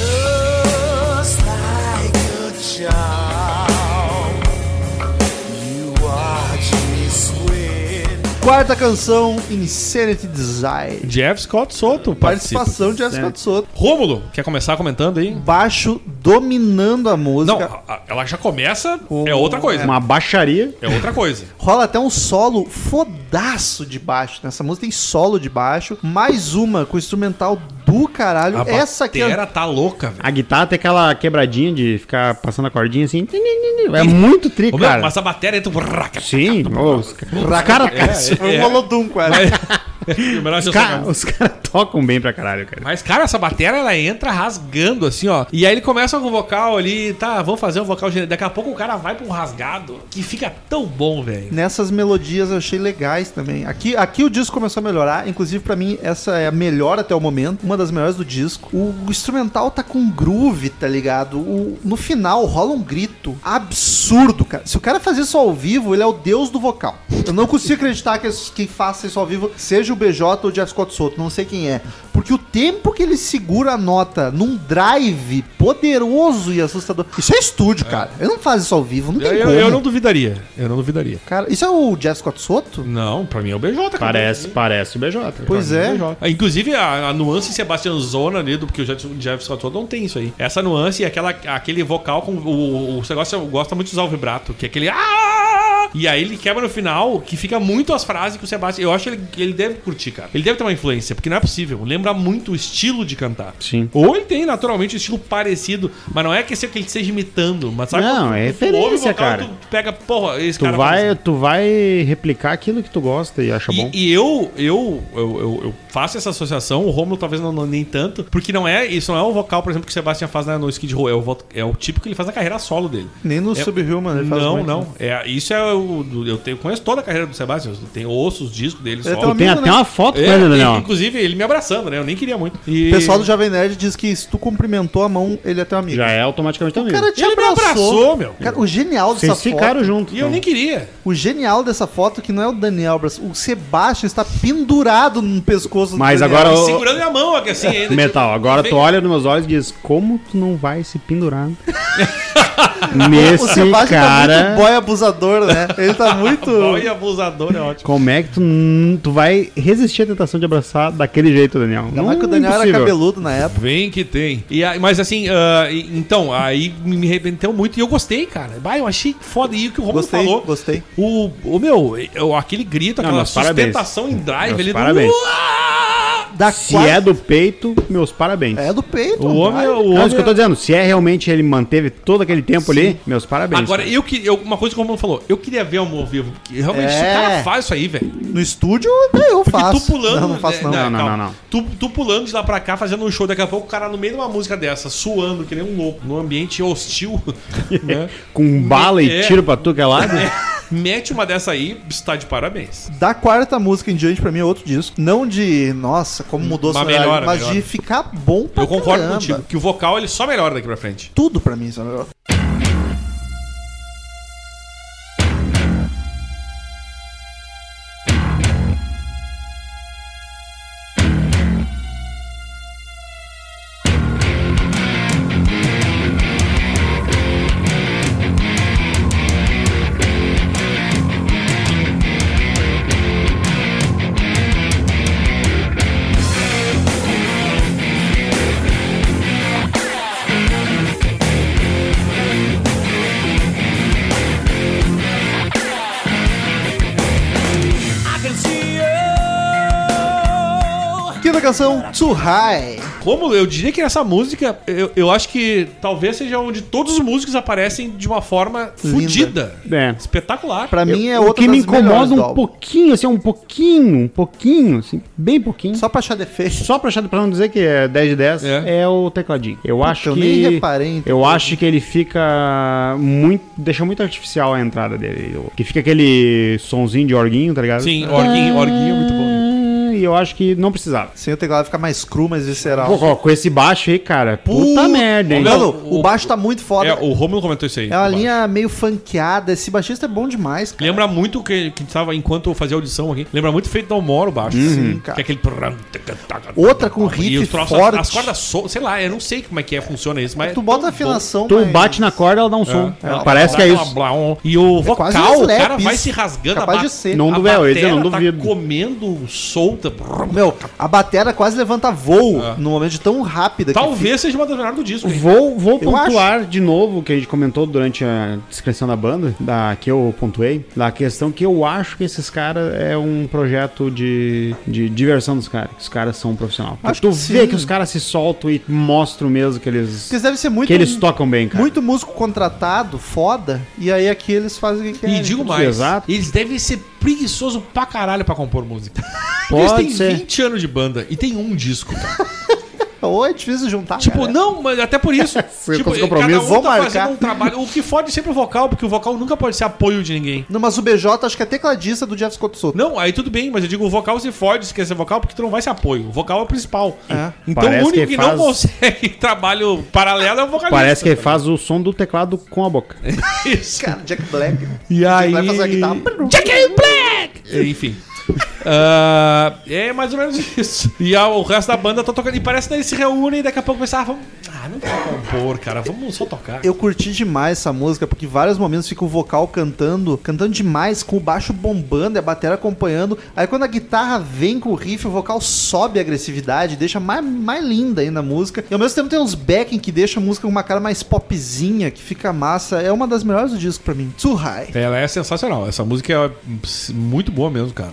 E: Just like a child, you watch me swim.
A: Quarta canção, Insanity Design.
B: Jeff Scott Soto, participa.
A: Participação de Jessica Soto.
B: Rômulo, quer começar comentando aí?
A: Baixo dominando a
B: Não,
A: música.
B: a- a- ela já começa,
A: O-
B: é outra coisa.
C: Uma baixaria.
B: É outra coisa.
A: Rola até um solo fodaço de baixo. Nessa música tem solo de baixo. Mais uma com instrumental do caralho.
B: A
A: Essa aqui é
B: batera tá louca, velho.
C: A guitarra tem aquela quebradinha de ficar passando a cordinha assim. É muito tri,
B: Ô, meu,
C: cara.
B: Mas a bateria é tu.
C: Sim, ô, os, os caras
A: Foi um
B: é.
A: holodum quase.
B: Melhor
C: os cara, os cara tocam bem pra caralho, cara.
B: Mas, cara, essa bateria ela entra rasgando, assim, ó. E aí ele começa com o vocal ali, tá, vamos fazer um vocal genérico. Daqui a pouco o cara vai pra um rasgado que fica tão bom, velho.
A: Nessas melodias eu achei legais também. Aqui, aqui o disco começou a melhorar. Inclusive, pra mim, essa é a melhor até o momento. Uma das melhores do disco. O instrumental tá com groove, tá ligado? O- no final rola um grito absurdo, cara. Se o cara fazer isso ao vivo, ele é o deus do vocal. Eu não consigo acreditar que es- quem faça isso ao vivo seja o BJ ou o Jeff Scott Soto. Não sei quem é. Porque o tempo que ele segura a nota num drive poderoso e assustador. Isso é estúdio, cara. Ele não faz isso ao vivo. Não tem
B: Eu, eu-
A: como.
B: eu não duvidaria. Eu não duvidaria.
A: Cara, isso é o Jeff Scott Soto?
B: Não, pra mim é o BJ, cara.
C: Parece, parece o BJ.
A: Pois é.
B: Ah, Inclusive, a, a nuance Sebastian Zona ali, do, porque o Jeff, o Jeff Scott Soto não tem isso aí. Essa nuance e aquela, aquele vocal com. O, o negócio gosta muito de usar o vibrato, que é aquele. "Ah!" E aí ele quebra no final, que fica muito as frases que o Sebastian. Eu acho que ele, que ele deve curtir, cara. Ele deve ter uma influência, porque não é possível. Lembra muito o estilo de cantar.
C: Sim.
B: Ou ele tem naturalmente um estilo parecido, mas não é que seja que ele esteja imitando, mas sabe?
C: Não,
B: quando tu-
C: é
B: tu ouve o
C: referência,
B: vocal e
C: cara.
B: Tu pega, porra, esse
C: Tu
B: cara
C: vai, tu vai replicar aquilo que tu gosta e
A: Tá
C: acha
B: E-
C: bom.
B: E, eu, eu, eu, eu- eu faço essa associação, o Romulo talvez não, não- nem tanto, porque não é isso não é o vocal, por exemplo, que o Sebastian faz na, no Skid Row, é o, vo- é o típico que ele faz na carreira solo dele.
A: Nem no
B: É-
A: Subhuman ele faz
B: não,
A: muito, né?
B: não. É, isso é o. do- Eu tenho, conheço toda a carreira do Sebastian. Eu tenho ouço os discos dele
A: Ele
B: solo.
A: um
C: Tem
A: amigo,
C: até
A: né?
C: uma foto com
B: É,
C: ele,
B: e,
C: Daniel.
B: inclusive, ele me abraçando, né? Eu nem queria muito. E-
A: O pessoal do Jovem Nerd diz que se tu cumprimentou a mão, ele é teu amigo.
C: Já é automaticamente teu
A: O
C: amigo.
A: cara te
B: Ele me
A: abraçou.
B: abraçou, meu.
A: Cara, o genial dessa
C: Vocês
A: foto.
C: ficaram juntos. então.
B: E eu nem queria.
A: O genial dessa foto que não é o Daniel Bras, o Sebastian está pendurado no pescoço
C: Mas
A: do Daniel.
C: agora
B: E
C: o-
B: segurando minha mão aqui, assim, ainda.
C: Metal, agora
B: vem-
C: tu olha nos meus olhos e diz, como tu não vai se pendurar
A: o
C: nesse
A: Sebastian tá
C: cara?
A: muito boy abusador, né? Ele tá muito.
B: Boy abusador é ótimo.
C: como é que tu, n- tu vai resistir à tentação de abraçar daquele jeito, Daniel? é
A: Ainda mais que o Daniel era
C: impossível.
A: cabeludo na época.
B: Vem que tem. E, aí- mas assim, ah, e- então, aí me arrebentou muito e eu gostei, cara. Bah, eu achei foda. E o que o Romulo
A: Gostei,
B: falou.
A: gostei.
B: O, o meu, eu- aquele grito,
C: Não,
B: aquela
C: meus parabéns.
B: sustentação em drive
C: Meus
B: ele
C: parabéns.
A: Da
C: Se é do peito, meus parabéns.
A: É do peito.
B: O homem,
A: vai.
B: o
C: Não,
B: homem-
C: isso que eu tô dizendo, se é realmente ele manteve todo aquele tempo ali, meus parabéns.
B: Agora,
C: cara.
B: eu que eu- uma coisa que o Romulo falou, eu queria ver o ao vivo. Porque realmente,
A: É.
B: se o cara faz isso aí, velho.
A: No estúdio, eu
B: Porque
A: faço.
B: tu pulando.
A: Não, não faço, não.
B: né,
C: Não, não,
B: calma.
C: não, não.
B: Tu, tu pulando de lá pra cá, fazendo um show, daqui a pouco o cara no meio de uma música dessa, suando, que nem um louco, num ambiente hostil, né?
C: com bala e
B: É.
C: tiro pra tu que é lado.
B: mete uma dessa aí, está de parabéns.
A: Da quarta música em diante, pra mim, é outro disco. Não de, nossa, como mudou o
B: Mas
A: sonoridade,
B: Hum, melhora,
A: mas
B: melhora.
A: de ficar bom pra
B: Eu concordo
A: caramba.
B: contigo, que o vocal ele só melhora daqui pra frente.
A: Tudo pra mim, sabe?
E: I can see you.
A: Quinta canção, Tsuhai.
B: Como eu diria que essa música, eu, eu acho que talvez seja onde todos os músicos aparecem de uma forma
A: Linda.
B: fodida.
C: É.
B: Espetacular.
A: Pra mim é
C: Eu-
A: outra
C: o que me
A: das melhores
C: incomoda
A: do
C: um
A: álbum.
C: pouquinho, assim, um pouquinho, um pouquinho, assim, bem pouquinho. Só,
A: Só pra achar defeito.
C: pra, achar- pra não dizer que é 10 de 10,
B: É.
C: é, o tecladinho. Eu acho
A: eu
C: que.
A: nem reparei então. em
C: Eu
A: tecladinho.
C: acho que ele fica muito. Deixa muito artificial a entrada dele. Eu- Que fica aquele sonzinho de orguinho, tá ligado?
B: Sim, orguinho, orguinho, muito bom.
C: Ah, E eu acho que não precisava.
A: Sem o teclado ficar mais cru, mais visceral.
C: Pô, ó, com esse baixo aí, cara. Puta
A: Tá. Puta-
C: merda, hein?
B: Ô, Belo,
A: Mano,
B: o-
A: o, baixo tá muito foda.
B: É, o Romulo comentou isso aí.
A: É uma
B: do
A: linha meio funkeada. Esse baixista é bom demais, cara.
B: Lembra muito que, que tava, enquanto eu fazia audição aqui, lembra muito feito Del Moro baixo.
A: Sim,
B: assim,
A: cara.
B: Que é aquele.
A: Uhum. Outra com riff
B: E os troços-
A: forte.
B: As cordas sol, sei lá, eu não sei como é que é, funciona isso, mas. é
A: Tu bota a
B: tão bom.
A: afinação,
C: Tu
A: mas- é
C: bate na corda, ela dá um som.
A: Ela
C: Parece que é
B: Blá,
C: isso.
B: blá, blá, E o vocal,
A: quase um
B: o
A: slap
B: cara vai
A: isso.
B: se rasgando.
A: Capaz
B: a
A: de
B: ba-
A: ser.
C: Não
B: a
C: duvido, eu ia dizer,
B: batera
C: não
B: tá
C: duvido.
B: comendo solta.
A: Meu, a batera quase levanta voo
B: É.
A: no momento de tão rápida que
B: Talvez seja uma das melhores do disco. hein?
C: Vou, vou
A: Eu
C: pontuar de novo o que a gente comentou durante a descrição da banda, da, que eu pontuei, da questão que eu acho que esses caras é um projeto de, de diversão dos caras. que Os caras são um profissional.
A: Acho
C: tu
A: que
C: vê
A: sim.
C: que os caras se soltam e mostram mesmo que eles,
A: Porque deve ser muito,
C: que eles tocam bem, cara.
A: muito músico contratado, foda, e aí aqui eles fazem o que
B: E um-
A: querem.
B: digo mais,
C: Exato.
B: eles devem ser preguiçosos pra caralho pra compor música. eles
C: Pode
B: têm
C: ser.
B: 20 anos de banda e tem um disco. cara.
A: Ou é difícil juntar.
B: Tipo,
A: cara.
B: não, mas até por isso.
C: Com os
B: tipo,
C: compromissos.
B: cada um
A: Vou
B: tá
A: marcar.
B: fazendo um trabalho. O que fode sempre o vocal, porque o vocal nunca pode ser apoio de ninguém.
A: não. Mas o BJ acho que é tecladista do Jeff Scott Soto.
B: Não, aí tudo bem, mas eu digo, o vocal se fode, se quer ser vocal, porque tu não vai ser apoio. O vocal é o principal.
A: É.
B: Então
C: Parece
B: o único que,
C: que
B: não
C: faz-
B: consegue trabalho paralelo é o vocalista.
C: Parece que
A: tá
C: ele faz o som do teclado com a boca.
B: isso.
A: Cara, Jack Black.
B: E aí...
A: Vai fazer a guitarra.
B: Jack Black! É, Enfim. Ah, é mais ou menos isso. E a- o resto da banda tá tocando. E parece que eles se reúnem e daqui a pouco pensam, ah, vamos. Ah, não vai compor, cara. Vamos só tocar.
A: Eu curti demais essa música, porque em vários momentos fica o vocal cantando, cantando demais, com o baixo bombando e a bateria acompanhando. Aí quando a guitarra vem com o riff, o vocal sobe a agressividade, deixa mais, mais linda ainda a música. E ao mesmo tempo tem uns backing que deixa a música com uma cara mais popzinha, que fica massa. É uma das melhores do disco pra mim. Too High.
B: Ela é sensacional. Essa música é muito boa mesmo, cara.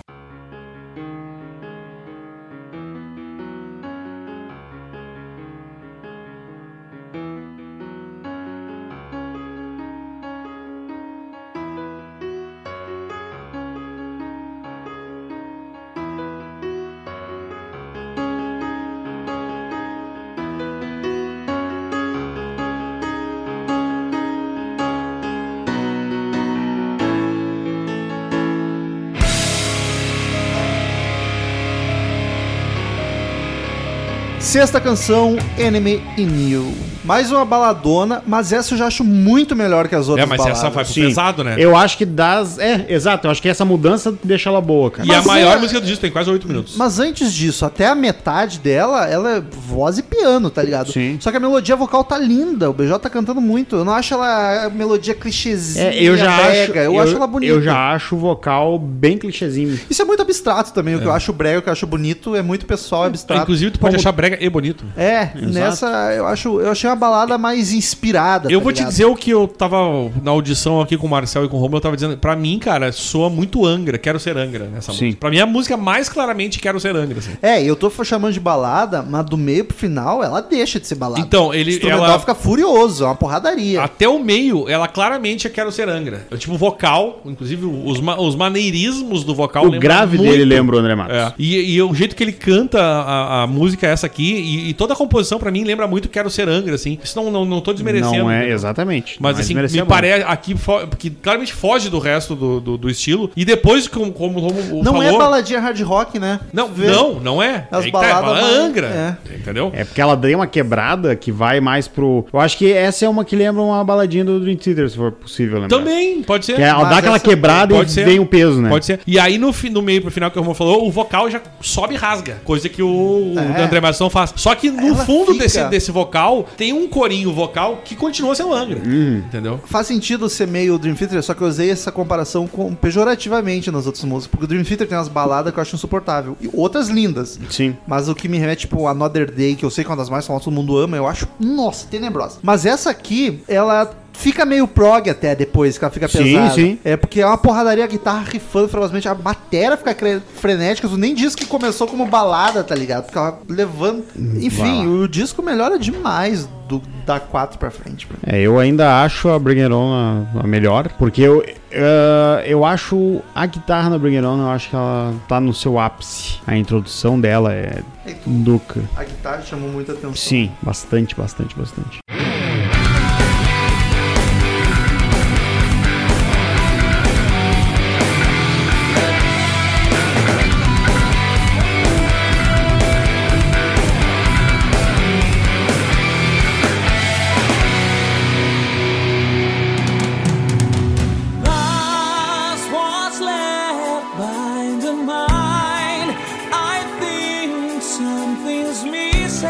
A: Sexta canção, Enemy in You. Mais uma baladona, mas essa eu já acho muito melhor que as
B: É,
A: outras
B: mas
A: baladas.
B: essa vai pro
C: Sim.
B: pesado, né?
C: Eu acho que das. É, exato. Eu acho que essa mudança deixa ela boa, cara.
B: E a
A: Mas
B: maior
A: é-
B: música do disco tem quase 8 minutos.
A: Mas antes disso, até a metade dela, ela é voz e piano, tá ligado?
C: Sim.
A: Só que a melodia vocal tá linda, o BJ tá cantando muito. Eu não acho ela a melodia clichêzinha,
C: É, eu já acho.
A: brega. Eu, acho ela bonita.
C: Eu já acho o vocal bem clichêzinho.
A: Isso é muito abstrato também, o que eu acho brega, o que eu acho bonito, é muito pessoal, é abstrato.
B: Tá, Inclusive, tu pode achar brega e bonito.
A: É, nessa eu acho, eu achei uma balada mais inspirada.
B: Eu
A: tá
B: vou te
A: ligado?
B: dizer o que eu tava na audição aqui com o Marcel e com o Romulo, eu tava dizendo, pra mim, cara, soa muito Angra, quero ser Angra nessa
C: Sim.
B: música. Pra mim é a música mais claramente quero ser Angra, assim.
A: É, eu tô chamando de balada, mas do meio pro final ela deixa de ser balada.
B: Então, ele-
A: o instrumental
B: ela-
A: fica furioso, é uma porradaria.
B: Até o meio, ela claramente é quero ser Angra. Eu, tipo, vocal, inclusive os, ma- os maneirismos do vocal
C: O
B: lembram
C: grave
B: muito.
C: dele lembra o André Matos.
B: É. E, e o jeito que ele canta a, a música essa aqui, ali. E, e toda a composição, pra mim, lembra muito Quero Ser Angra, assim. Isso não, não, não tô desmerecendo.
C: Não é,
B: entendeu?
C: exatamente.
B: Mas
C: não é
B: assim, me
C: desmerecer a banda.
B: parece aqui fo- que claramente foge do resto do, do, do estilo. E depois, como, como, como o
A: Não é
B: falou-
A: baladinha hard rock, né?
B: Não,
A: Vê-
B: não, não é.
A: As
B: Aí que tá, é
A: baladas
B: bala
A: mais-
B: Angra. Entendeu?
C: É porque ela deu uma quebrada que vai mais pro. Eu acho que essa é uma que lembra uma baladinha do Dream Theater, se for possível lembrar.
B: Também, pode ser.
C: Que é ela
A: Mas
C: dá aquela
A: essa-
C: quebrada
B: pode
C: e
B: ser.
C: vem o peso, né?
B: Pode ser. E aí, no, fi- no meio pro final que o Romão falou, o vocal já sobe e rasga. Coisa que o, o
A: É.
B: André Marçom faz. Só que no
A: Ela
B: fundo
A: fica-
B: desse, desse vocal, tem um corinho vocal que continua sendo Angra.
A: Hum.
B: Entendeu?
A: Faz sentido ser meio Dream Theater, só que eu usei essa comparação com, pejorativamente nas outras músicas. Porque o Dream Theater tem umas baladas que eu acho insuportável. E outras lindas.
C: Sim.
A: Mas o que me remete, tipo, Another Day, que eu sei que é uma das mais famosas, todo mundo ama, eu acho, nossa, tenebrosa. Mas essa aqui, ela fica meio prog até depois, que ela fica
C: Sim,
A: pesada.
C: sim.
A: É porque é uma porradaria, a guitarra rifando ferozmente, a batera fica cre- frenética, tu nem diz que começou como balada, tá ligado? Porque ela levando...
C: Hum, vai
A: Enfim,
C: lá.
A: o disco melhora demais do, da 4 pra frente. pra mim.
C: É, eu ainda acho a Bring It On a, a melhor, porque eu, eh, eu acho a guitarra na Bring It On, eu acho que ela tá no seu ápice. A introdução dela é duca.
A: A guitarra chamou muita atenção.
C: Sim, bastante, bastante, bastante.
E: Thus was left behind in mine. I think something's missing.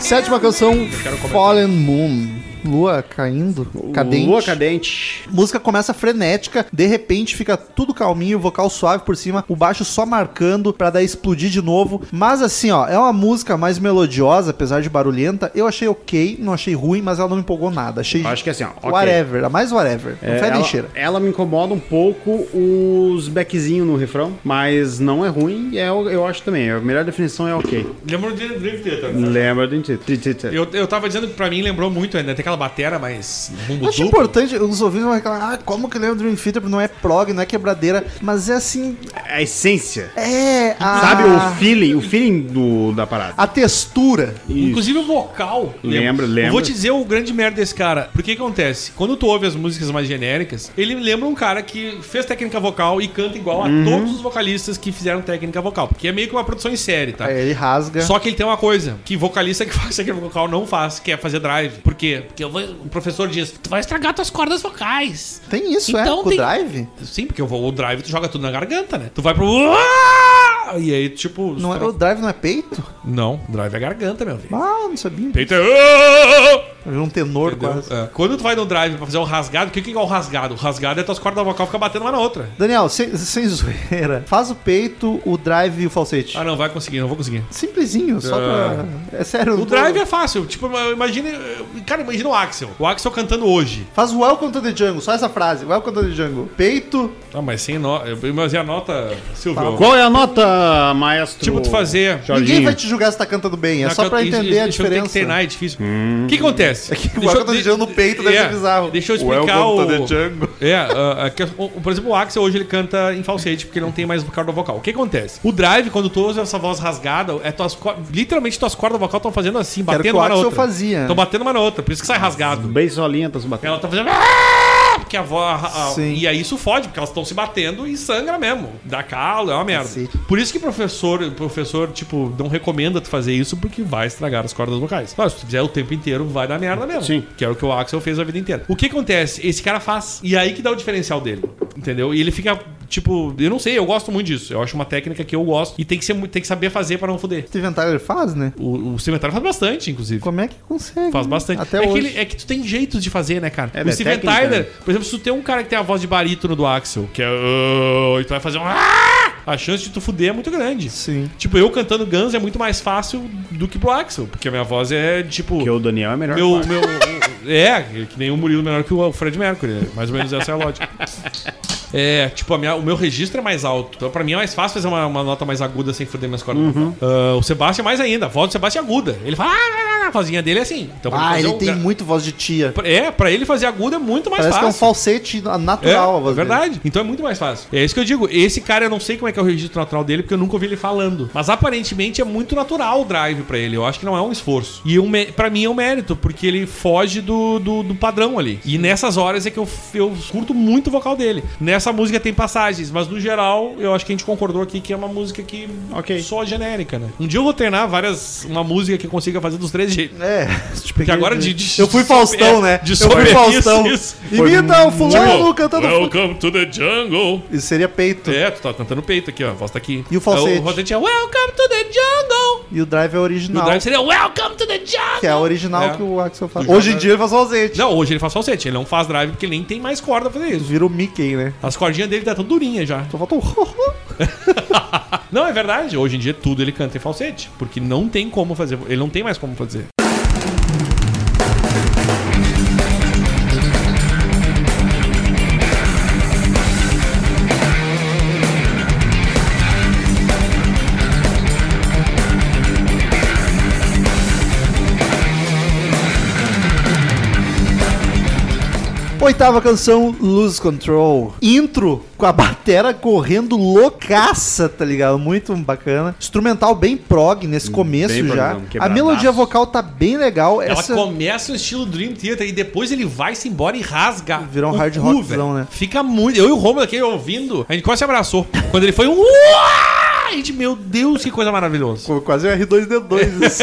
A: Sétima canção, Fallen Moon. Lua caindo, cadente.
C: Lua cadente.
A: música começa frenética, de repente fica tudo calminho, vocal suave por cima, o baixo só marcando pra dar explodir de novo. Mas assim, ó, é uma música mais melodiosa, apesar de barulhenta. Eu achei ok, não achei ruim, mas ela não me empolgou nada. Achei
C: Eu acho que assim, ó, ok.
A: whatever, a mais whatever. Não
C: É,
A: fede nem
C: ela,
A: cheira.
C: ela me incomoda um pouco os backzinhos no refrão, mas não é ruim, é, o- eu acho também. A melhor definição é ok.
B: Lembra do Dream Theater,
C: Lembra do Intuito.
B: tá Eu, eu tava dizendo que pra mim lembrou muito ainda. Tem aquela batera mais bumbo
A: Acho
B: duplo.
A: importante, os ouvintes vão reclamar, ah, como que lembra Dream Theater, não é prog, não é quebradeira, mas é assim,
C: A essência.
A: é a...
C: Sabe o feeling, o feeling do, da parada.
A: A textura.
B: Inclusive o vocal.
C: Lembra, lembra.
B: Eu vou te dizer o grande merda desse cara. Porque que acontece? Quando tu ouve as músicas mais genéricas, ele me lembra um cara que fez técnica vocal e canta igual
A: Uhum.
B: a todos os vocalistas que fizeram técnica vocal. Porque é meio que uma produção em série, tá?
A: Aí É, ele rasga.
B: Só que ele tem uma coisa, que vocalista que faz aquele vocal não faz, que é fazer drive. Por quê? Porque eu vou- o professor diz, tu vai estragar tuas cordas vocais.
A: Tem isso, é?
B: Então
A: Com o
B: tem-
A: drive?
B: Sim, porque o vo- o drive tu joga tudo na garganta, né? Tu vai pro... E aí, tipo...
A: Não é, o drive não é peito?
B: Não, drive é garganta, meu filho.
A: Ah, não sabia.
B: Peito é...
A: Era um tenor
B: Entendeu?
A: quase.
B: É. Quando tu vai no drive pra fazer um rasgado, o que, que é o rasgado? O rasgado é tuas cordas vocal ficar batendo uma na outra.
A: Daniel, sem, sem zoeira, faz o peito, o drive e o falsete.
B: Ah, não, vai conseguir, não vou conseguir.
A: Simplesinho, só
B: Ah.
A: pra. É sério. eu
B: O
A: não tô-
B: drive é fácil. Tipo, imagina. Cara, imagina o Axel. O Axel cantando hoje.
A: Faz o Welcome to the Jungle, só essa frase. Welcome to the Jungle. Peito.
B: Ah, mas sem nota. Mas e a nota, Silvio?
C: Qual é a nota, maestro?
B: Tipo, tu fazer.
A: Ninguém
C: Jorginho.
A: vai te julgar se tá cantando bem, é
B: então,
A: só pra entender a
B: Tem que
A: diferença.
B: treinar, é difícil. O
A: Hum.
B: que acontece? É
A: o Axel tá deixando no peito, deve ser bizarro.
B: Deixa eu explicar
A: Welcome
B: o... tá
A: to the jungle.
B: É, ah, ah, que- o- o- por exemplo, o Axel hoje ele canta em falsete porque ele não tem mais corda vocal. O que acontece? O drive, quando tu usa essa voz rasgada, é tuas, cor- literalmente tuas cordas vocais estão fazendo assim,
A: Era o que
B: batendo
A: o
B: uma na
A: Axel
B: outra.
A: fazia.
B: Estão batendo uma na outra, por isso que sai rasgado.
C: Bem solinha, tá se batendo.
B: Ela tá fazendo. "Ah!" Porque a voz. a- a-
A: Sim.
B: E aí isso fode, porque elas estão se batendo e sangra mesmo. Dá calo, é uma merda.
A: Cacete.
B: Por isso que professor, professor, tipo, não recomenda tu fazer isso porque vai estragar as cordas vocais. Claro, se tu fizer o tempo inteiro, vai dar merda mesmo.
C: Sim.
B: Que é o que o Axel fez a vida inteira. O que acontece? Esse cara faz. E aí que dá o diferencial dele. Entendeu? E ele fica, tipo, eu não sei, eu gosto muito disso. Eu acho uma técnica que eu gosto. E tem que, ser, mu- tem que saber fazer pra não foder.
A: Steven Tyler faz, né?
B: O, o cemitério faz bastante, inclusive.
A: Como é que consegue?
B: Faz
A: né?
B: bastante.
A: Até
B: é,
A: hoje.
B: Que ele- é que tu tem jeitos de fazer, né, cara?
C: É,
B: o
C: né,
B: Steven
C: técnica,
B: Tyler,
C: né?
B: por exemplo, se tu tem um cara que tem a voz de barítono do Axel, que é. "Oh", e tu vai fazer um. "Ah", A chance de tu fuder é muito grande.
A: Sim.
B: Tipo, eu cantando Guns é muito mais fácil do que pro Axel, porque a minha voz é tipo.
C: Porque o Daniel é melhor.
B: Meu,
C: que
B: meu, é, que nem o Murilo menor que o Fred Mercury. né? Mais ou menos essa é a lógica. É, tipo, a minha- o meu registro é mais alto. Então, pra mim é mais fácil fazer
A: Uhum.
B: uma, uma nota mais aguda sem foder minhas cordas. Ah, o Sebastião é mais ainda. A voz do Sebastião é aguda. Ele fala, ah, ah, ah, ah, vozinha dele é assim. Então, pra
A: Ah,
B: fazer
A: ele
B: um
A: tem
B: gra-
A: muito voz de tia.
B: É, pra ele fazer aguda é muito mais
A: Parece que é um
B: fácil.
A: falsete natural a voz dele.
B: verdade. Então é muito mais fácil. É isso que eu digo. Esse cara, eu não sei como é que é o registro natural dele, porque eu nunca ouvi ele falando. Mas aparentemente é muito natural o drive pra ele. Eu acho que não é um esforço. E um mé- pra mim é um mérito, porque ele foge do, do, do padrão ali. E nessas horas é que eu, eu curto muito o vocal dele. Nessa música tem passagens, mas no geral, eu acho que a gente concordou aqui que é uma música que
C: Ok.
B: só genérica, né? Um dia eu vou treinar várias. uma música que eu consiga fazer dos três jeitos.
A: É, te peguei
B: Que agora de,
A: de-
B: de-
A: Eu fui Faustão,
B: é,
A: né?
B: De
A: eu fui
B: sobre-
A: Faustão.
B: Isso, isso.
A: Imita o
B: tipo,
A: fulano cantando... fu-
B: Welcome to the jungle.
A: Isso seria peito.
B: É, tu tá cantando peito aqui, ó. A voz tá aqui.
A: E o falsete?
B: É, O falsete é Welcome to the jungle.
A: E o drive é
B: E o
A: original.
B: drive seria Welcome to the jungle.
A: Que é a original
B: É.
A: que o Axel faz.
B: Do
A: Hoje em
B: Jordan.
A: dia ele faz falsete.
B: Não, hoje ele faz falsete. Ele não faz drive porque ele nem tem mais corda pra fazer isso.
A: Vira o Mickey, né?
B: As cordinhas dele tá tão durinha já.
A: Só falta um...
B: Não, é verdade. Hoje em dia tudo ele canta em falsete. Porque não tem como fazer. Ele não tem mais como fazer.
A: Oitava canção, Lose Control. Intro com a batera correndo loucaça, tá ligado? Muito bacana. Instrumental bem prog nesse
B: Hum,
A: começo
C: bem
A: já.
C: progzão,
A: A
C: quebradaço.
A: melodia vocal tá bem legal.
B: Ela
A: Essa...
B: começa no estilo Dream Theater e depois ele vai-se embora e rasga.
A: Virou um
B: o
A: hard
B: cu,
A: rockzão,
B: velho.
A: né?
B: Fica muito. Eu e o Romulo aqui ouvindo, a gente quase se abraçou. Quando ele foi. "Uá!" A gente, meu Deus, que coisa maravilhosa.
A: Qu- Quase um R2D2 isso.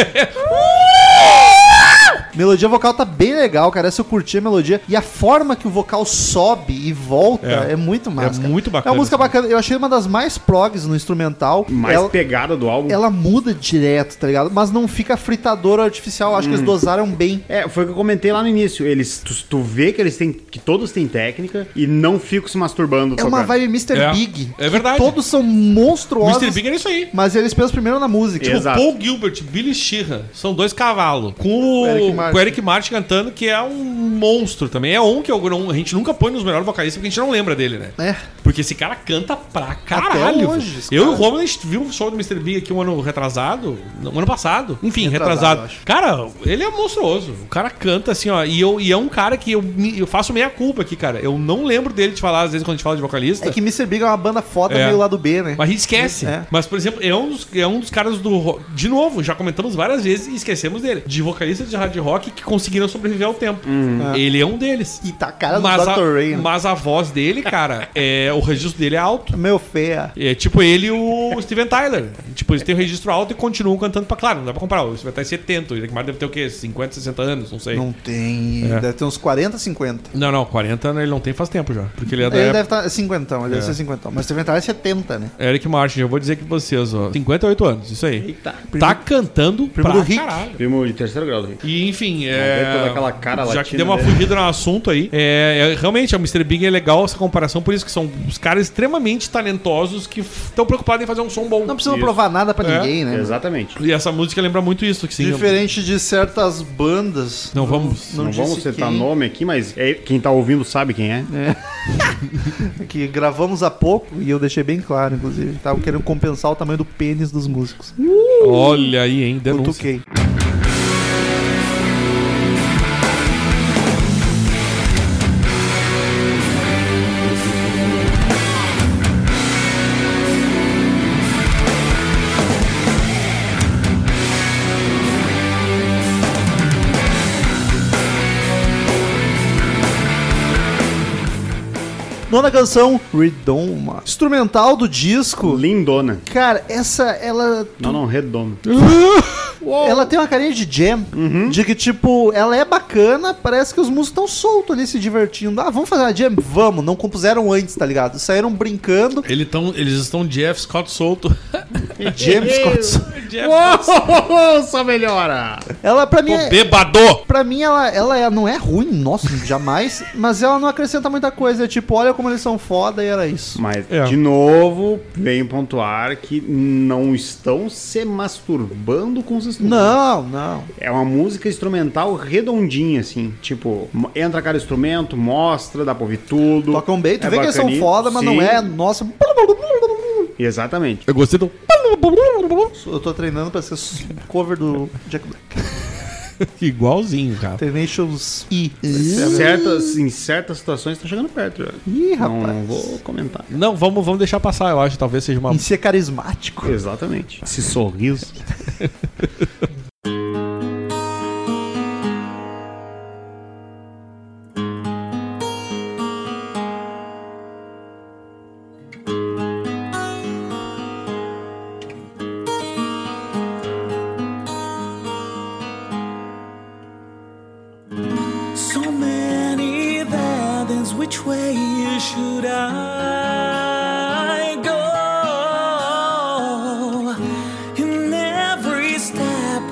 A: melodia vocal tá bem legal, cara. Essa eu curti a melodia. E a forma que o vocal sobe e volta é,
B: É.
A: muito massa. cara.
B: muito
A: É
B: bacana
A: uma música
B: essa
A: bacana. Eu achei uma das mais progs no instrumental.
C: Mais
A: Ela-
C: pegada do álbum.
A: ela muda direto, tá ligado? Mas não fica fritadora artificial. Acho que eles dosaram bem.
C: É, foi o que eu comentei lá no início. Eles, tu, tu vê que eles têm, que todos têm técnica e não ficam se masturbando.
A: É uma
C: tocando.
A: vibe Mr.
B: É.
A: Big.
B: É verdade.
A: Todos são monstruosos.
B: Mr. Big era isso aí.
A: Mas eles pensam primeiro na música. Tipo,
C: Exato.
B: O Paul Gilbert, Billy Sheehan, são dois cavalos. Com o
A: Eric
B: Eric,
A: Martin.
B: com o Eric Martin cantando, que é um monstro também. É um que eu não- a gente nunca põe nos melhores vocalistas, porque a gente não lembra dele, né?
A: É.
B: Porque esse cara canta pra caralho.
A: hoje, esse
B: eu
A: cara.
B: e o Romulo, a gente viu o show do Mr. Big aqui um ano retrasado. Um ano passado. Enfim,
A: Retrasado,
B: retrasado. Cara, ele é monstruoso. O cara canta assim, ó. E, eu, e é um cara que eu, me- eu faço meia culpa aqui, cara. Eu não lembro dele te falar, às vezes, quando a gente fala de vocalista.
A: É que Mr. Big é uma banda foda
B: É.
A: meio lado B, né?
B: Mas a gente esquece.
A: É.
B: Mas, por exemplo, é um, dos, é um dos caras do. ro- De novo, já comentamos várias vezes e esquecemos dele. De vocalistas de hard rock que conseguiram sobreviver ao tempo. Ele é um deles.
A: Hum. E tá a cara do
B: mas, a,
A: Dr. Ray. né?
B: mas a voz dele, cara, é, o registro dele é alto.
A: Meu feia.
B: É tipo ele e o Steven Tyler. Tipo, eles têm um registro alto e continuam cantando pra. Claro, não dá pra comparar. O Steven Tyler é 70, o Eric Martin deve ter o quê? 50, 60 anos, não sei. Não.
A: Não tem.
B: É.
A: Deve ter uns 40, 50.
B: Não, 40 ele não tem faz tempo já. Porque ele é da
A: Ele
B: época-
A: deve estar. Tá 50, ele deve ser 50. Mas Steven Tyler é 70, né?
B: Eric Martin, eu vou dizer que vocês, ó. 58 anos, isso aí. Tá cantando
A: Primo
B: pra
A: do Rick.
B: caralho.
C: Primo de terceiro grau. gente.
B: E enfim, é.
C: ver toda aquela cara
B: já
C: latina
B: que deu uma
C: dele.
B: fugida no assunto aí. É, é, realmente, o Mr. Big é legal essa comparação, por isso que são os caras extremamente talentosos que estão preocupados em fazer um som bom.
A: Não precisam
C: Isso.
A: provar nada pra
B: É.
A: ninguém, né?
C: Exatamente.
B: E essa música lembra muito isso, que sim.
A: Diferente de certas bandas.
B: Não vamos.
A: Não
C: Não,
A: disse
C: vamos citar
A: quem.
C: nome aqui, mas é- quem tá ouvindo sabe quem é.
A: que gravamos há pouco e eu deixei bem claro, inclusive. Tava querendo compensar o tamanho do pênis dos músicos.
B: Uh! Olha aí, hein?
A: Eu
B: Denúncia.
A: toquei. Nona canção, Redoma. Instrumental do disco.
C: Lindona.
A: Cara, essa, ela
C: Não, não, Redona.
A: Ela tem uma carinha de jam,
C: Uhum.
A: de que, tipo, ela é bacana, parece que os músicos estão soltos ali se divertindo. Ah, vamos fazer uma jam? Vamos, não compuseram antes, tá ligado? Saíram brincando.
B: Ele tão- eles estão Jeff Scott solto.
A: Jam Scott.
B: Jeff
C: Uou, só melhora!
A: Ela, pra mim,
B: Scott,
A: é,
B: bebador!
A: pra mim ela, ela é- não é ruim, nossa, jamais, mas ela não acrescenta muita coisa. É tipo, olha como eles são foda e era isso.
C: Mas,
B: É.
C: de novo, venho pontuar que não estão se masturbando com os instrumentos.
A: Não, não.
C: É uma música instrumental redondinha, assim. Tipo, mo- entra cada instrumento, mostra, dá pra ouvir tudo.
A: Tocam bem, um tu
C: É
A: vê que eles são
C: bacaninha.
A: foda, mas não
C: Sim,
A: é, nossa.
C: Exatamente.
B: Eu gostei do.
A: Eu tô treinando pra ser cover do Jack Black.
B: Igualzinho, cara.
A: Tenacious I.
C: Certas, em certas situações tá chegando perto. já.
A: Ih,
C: Não,
A: rapaz.
C: não vou comentar.
B: Não, vamos, vamos deixar passar, eu acho. Talvez seja uma.
A: Em ser carismático.
C: Exatamente. Esse sorriso.
E: So many paths, which way should I go? In every step,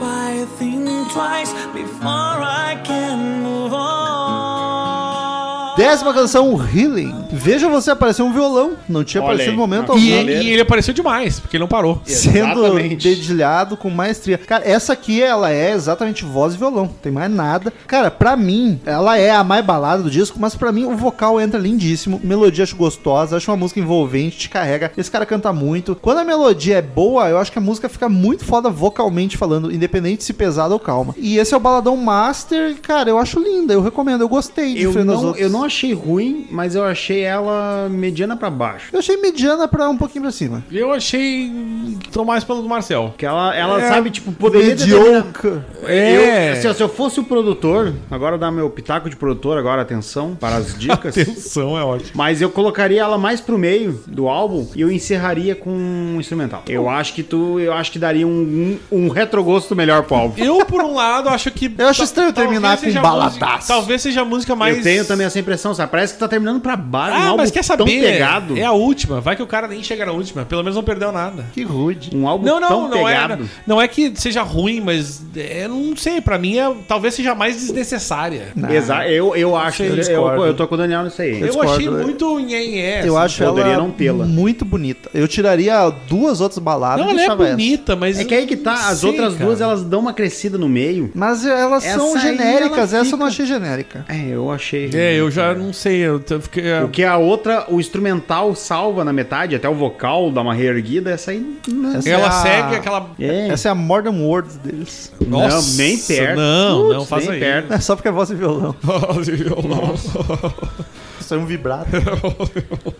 E: I think twice before I can move on.
A: Décima canção, Healing. Veja você aparecer um violão. Não tinha
C: Olha
A: aparecido
C: aí.
A: em momento
C: Ah,
B: E,
A: algum.
B: e ele apareceu demais, porque ele não parou.
A: Sendo
C: Exatamente.
A: dedilhado com maestria. Cara, essa aqui, ela é exatamente voz e violão. Não tem mais nada. Cara, pra mim, ela é a mais balada do disco, mas pra mim o vocal entra lindíssimo. Melodia acho gostosa, acho uma música envolvente, te carrega. Esse cara canta muito. Quando a melodia é boa, eu acho que a música fica muito foda vocalmente falando, independente se pesada ou calma. E esse é o Baladão Master, cara, eu acho linda, eu recomendo, eu gostei.
C: Eu
A: diferente das
C: não,
A: outras.
C: eu não achei ruim, mas eu achei ela mediana pra baixo.
A: Eu achei mediana pra um pouquinho pra cima.
B: Eu achei. Tô mais pelo do Marcel.
C: Porque ela, ela
B: É,
C: sabe, tipo, poderia determinar-
A: Mediocre.
C: Eu,
B: É.
C: assim, ó, se eu fosse o produtor, agora dá meu pitaco de produtor, agora atenção para as dicas.
B: Atenção, é ótimo.
C: Mas eu colocaria ela mais pro meio do álbum e eu encerraria com um instrumental. Eu acho que tu, eu acho que daria um, um, um retrogosto melhor pro álbum.
B: Eu, por um lado, acho que.
A: Eu acho estranho
B: talvez
A: terminar com
B: seja a
A: baladaço.
B: música- Talvez seja a música mais.
C: Eu tenho também essa impressão, sabe? Parece que tá terminando pra baixo, um
B: Ah,
C: álbum
B: mas quer saber?
C: tão pegado.
B: É a última. Vai que o cara nem chega na última. Pelo menos não perdeu nada.
A: Que rude.
C: Um álbum
B: Não, não,
C: tão
B: não é,
C: pegado.
B: não é que seja ruim, mas é, não sei, pra mim é, talvez seja mais desnecessária.
C: Exato, eu, eu acho,
A: sei,
C: eu,
A: discordo.
C: eu, eu tô com o Daniel nisso aí.
B: Eu
A: discordo,
B: achei
A: né?
B: muito nhenhé.
A: Eu
B: assim.
A: acho
C: poderia
A: ela
C: não tê-la.
A: muito bonita. Eu tiraria duas outras baladas e
B: Não, ela é
A: deixava essa.
B: bonita, mas...
C: É que aí que tá, as
B: Sei,
C: outras
B: cara.
C: duas elas dão uma crescida no meio.
A: Mas elas
C: Essa
A: são
C: aí,
A: genéricas,
C: ela
A: essa eu não
C: fica-
A: achei genérica.
C: É, eu achei.
B: É, eu já não sei, eu t- fiquei... é,
C: O que a outra, o instrumental salva na metade, até o vocal dá uma reerguida, essa aí. não-
A: Essa
B: Ela
A: é a-
B: segue aquela...
C: É.
A: Essa é a Modern World deles.
C: Não, nem perto.
B: Não, não
C: Putz,
B: faça
C: nem
B: isso.
C: perto.
A: É só porque é voz e violão.
B: Nossa.
A: Isso é um vibrato.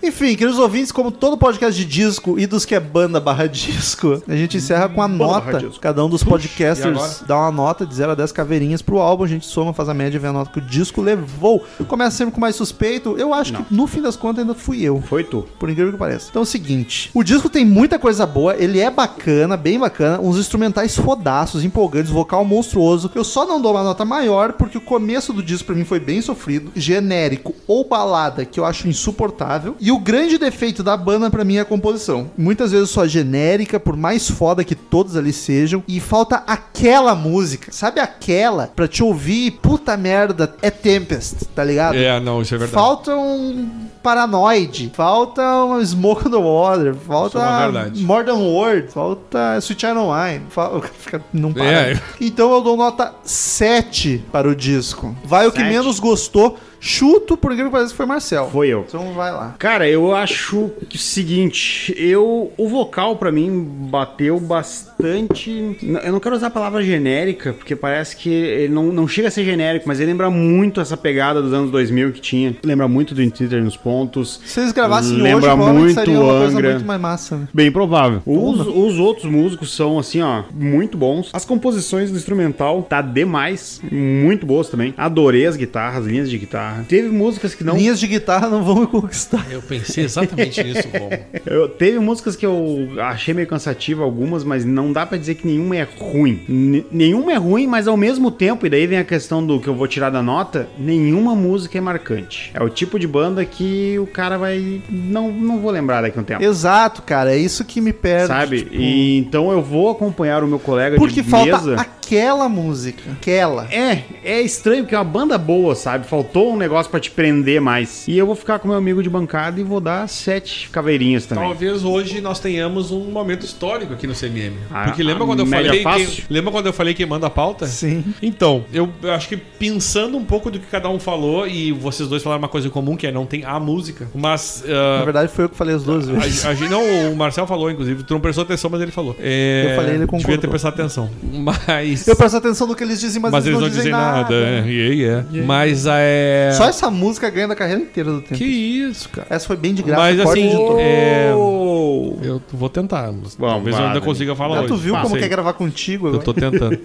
A: Enfim, queridos ouvintes, como todo podcast de disco e dos que é banda barra disco, a gente encerra com a
C: barra
A: nota.
C: disco.
A: Cada um dos
B: e
A: podcasters
B: agora?
A: dá uma nota de 0 a 10 caveirinhas pro álbum, a gente soma, faz a média e vê a nota que o disco levou. Começa sempre com o mais suspeito. Eu acho que no fim das contas ainda fui eu.
C: Foi tu.
A: Por incrível que pareça. Então é o seguinte: o disco tem muita coisa boa, ele é bacana, bem bacana, uns instrumentais fodaços, empolgantes, vocal monstruoso. Eu só não dou uma nota maior porque o começo do disco pra mim foi bem sofrido, genérico ou balada, que eu acho insuportável. E o grande defeito da banda pra mim é a composição. Muitas vezes só genérica, por mais foda que todos ali sejam, e falta aquela música, sabe aquela pra te ouvir, e, puta merda, é Tempest, tá ligado?
B: É, não, isso é verdade.
A: Falta um paranoide, falta um Smoke on the Water, falta
B: Isso é uma verdade.
A: Modern World, falta Sweet Iron Wine, fal- fica- não para.
B: É.
A: Então eu dou nota 7 para o disco. Vai o que
C: Sete.
A: menos gostou, chuto, por incrível que pareça, foi Marcel.
C: Foi eu.
A: Então vai lá.
C: Cara, eu acho que o seguinte, eu o vocal pra mim bateu bastante. N- Eu não quero usar a palavra genérica, porque parece que ele não, não chega a ser genérico, mas ele lembra muito essa pegada dos anos 2000 que tinha. Lembra muito do Twitter nos pontos.
A: Se eles gravassem hoje,
C: Lembra
A: provavelmente
C: muito
A: seria uma coisa
C: Angra.
A: muito mais massa, né?
C: Bem provável. Os, os outros músicos são, assim, ó, muito bons. As composições do instrumental tá demais. Muito boas também. Adorei as guitarras, linhas de guitarra. Teve músicas que não.
A: Linhas de guitarra não vão me conquistar.
B: Eu pensei exatamente nisso, Romulo.
C: Eu- teve músicas que eu achei meio cansativa, algumas, mas não dá pra dizer que nenhuma é ruim. N- nenhuma é ruim, mas ao mesmo tempo, e daí vem a questão do que eu vou tirar da nota, nenhuma música é marcante. É o tipo de banda que o cara vai. Não, não vou lembrar daqui a um tempo.
A: Exato, cara, é isso que me perde.
C: Sabe?
A: tipo,
C: E, então eu vou acompanhar o meu colega
A: Porque
C: de
A: falta
C: mesa.
A: aquela música, aquela.
C: É, é estranho que é uma banda boa, sabe? Faltou um negócio pra te prender mais. E eu vou ficar com meu amigo de bancada e vou dar sete caveirinhas também.
B: Talvez hoje nós tenhamos um momento histórico aqui no CMM.
C: A-
B: Porque lembra
C: a
B: quando eu
C: média
B: falei...
C: fácil?
B: Quem, lembra quando eu falei quem manda a pauta?
A: Sim.
B: Então, eu acho que pensando um pouco do que cada um falou, e vocês dois falaram uma coisa em comum, que é não tem a música, mas.
A: Na
B: ah,
A: verdade, foi eu que falei as duas vezes.
B: a, a gente, não, o Marcel falou, inclusive. Tu não prestou atenção, mas ele falou. É,
A: Eu falei, ele
B: Devia ter
A: concordou.
B: prestado atenção. Mas. eles.
A: Eu presto atenção no que eles dizem, mas,
B: Mas eles não dizem nada. é. Yeah, yeah. Mas é.
A: Só essa música ganha da carreira inteira do tempo.
B: Que isso, cara.
A: Essa foi bem de graça.
B: Mas
A: corte
B: assim,
A: editor.
B: é, eu vou tentar. mas
C: Bom,
B: talvez eu
C: vá,
B: ainda
C: Dani.
B: consiga falar
A: Ah,
B: hoje.
A: tu viu
B: Não
A: como é
B: sei.
A: quer gravar contigo
B: Eu
A: agora?
B: tô tentando.